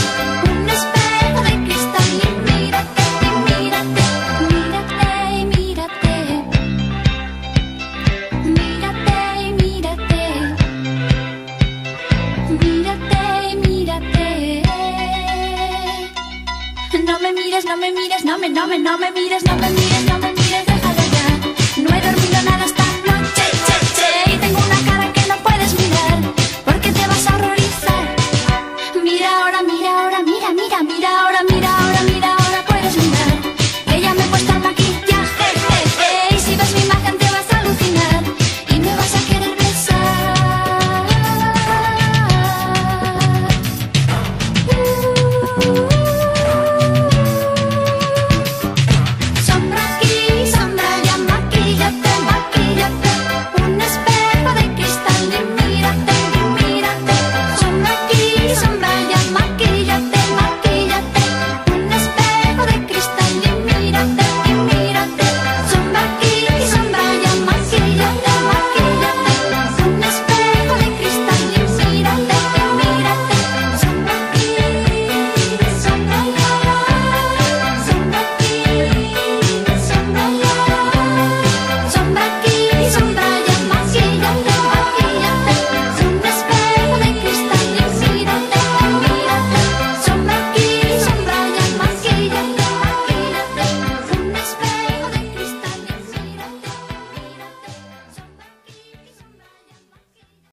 C: Un espejo de cristal y mírate, mírate Mírate, mírate Mírate, mírate Mírate, mírate. No me mires, no me mires, no me, no me, no me mires, no me mires, no me mires, déjalo ya. No he dormido nada esta noche, che, che, y tengo una cara que no puedes mirar, porque te vas a horrorizar. Mira ahora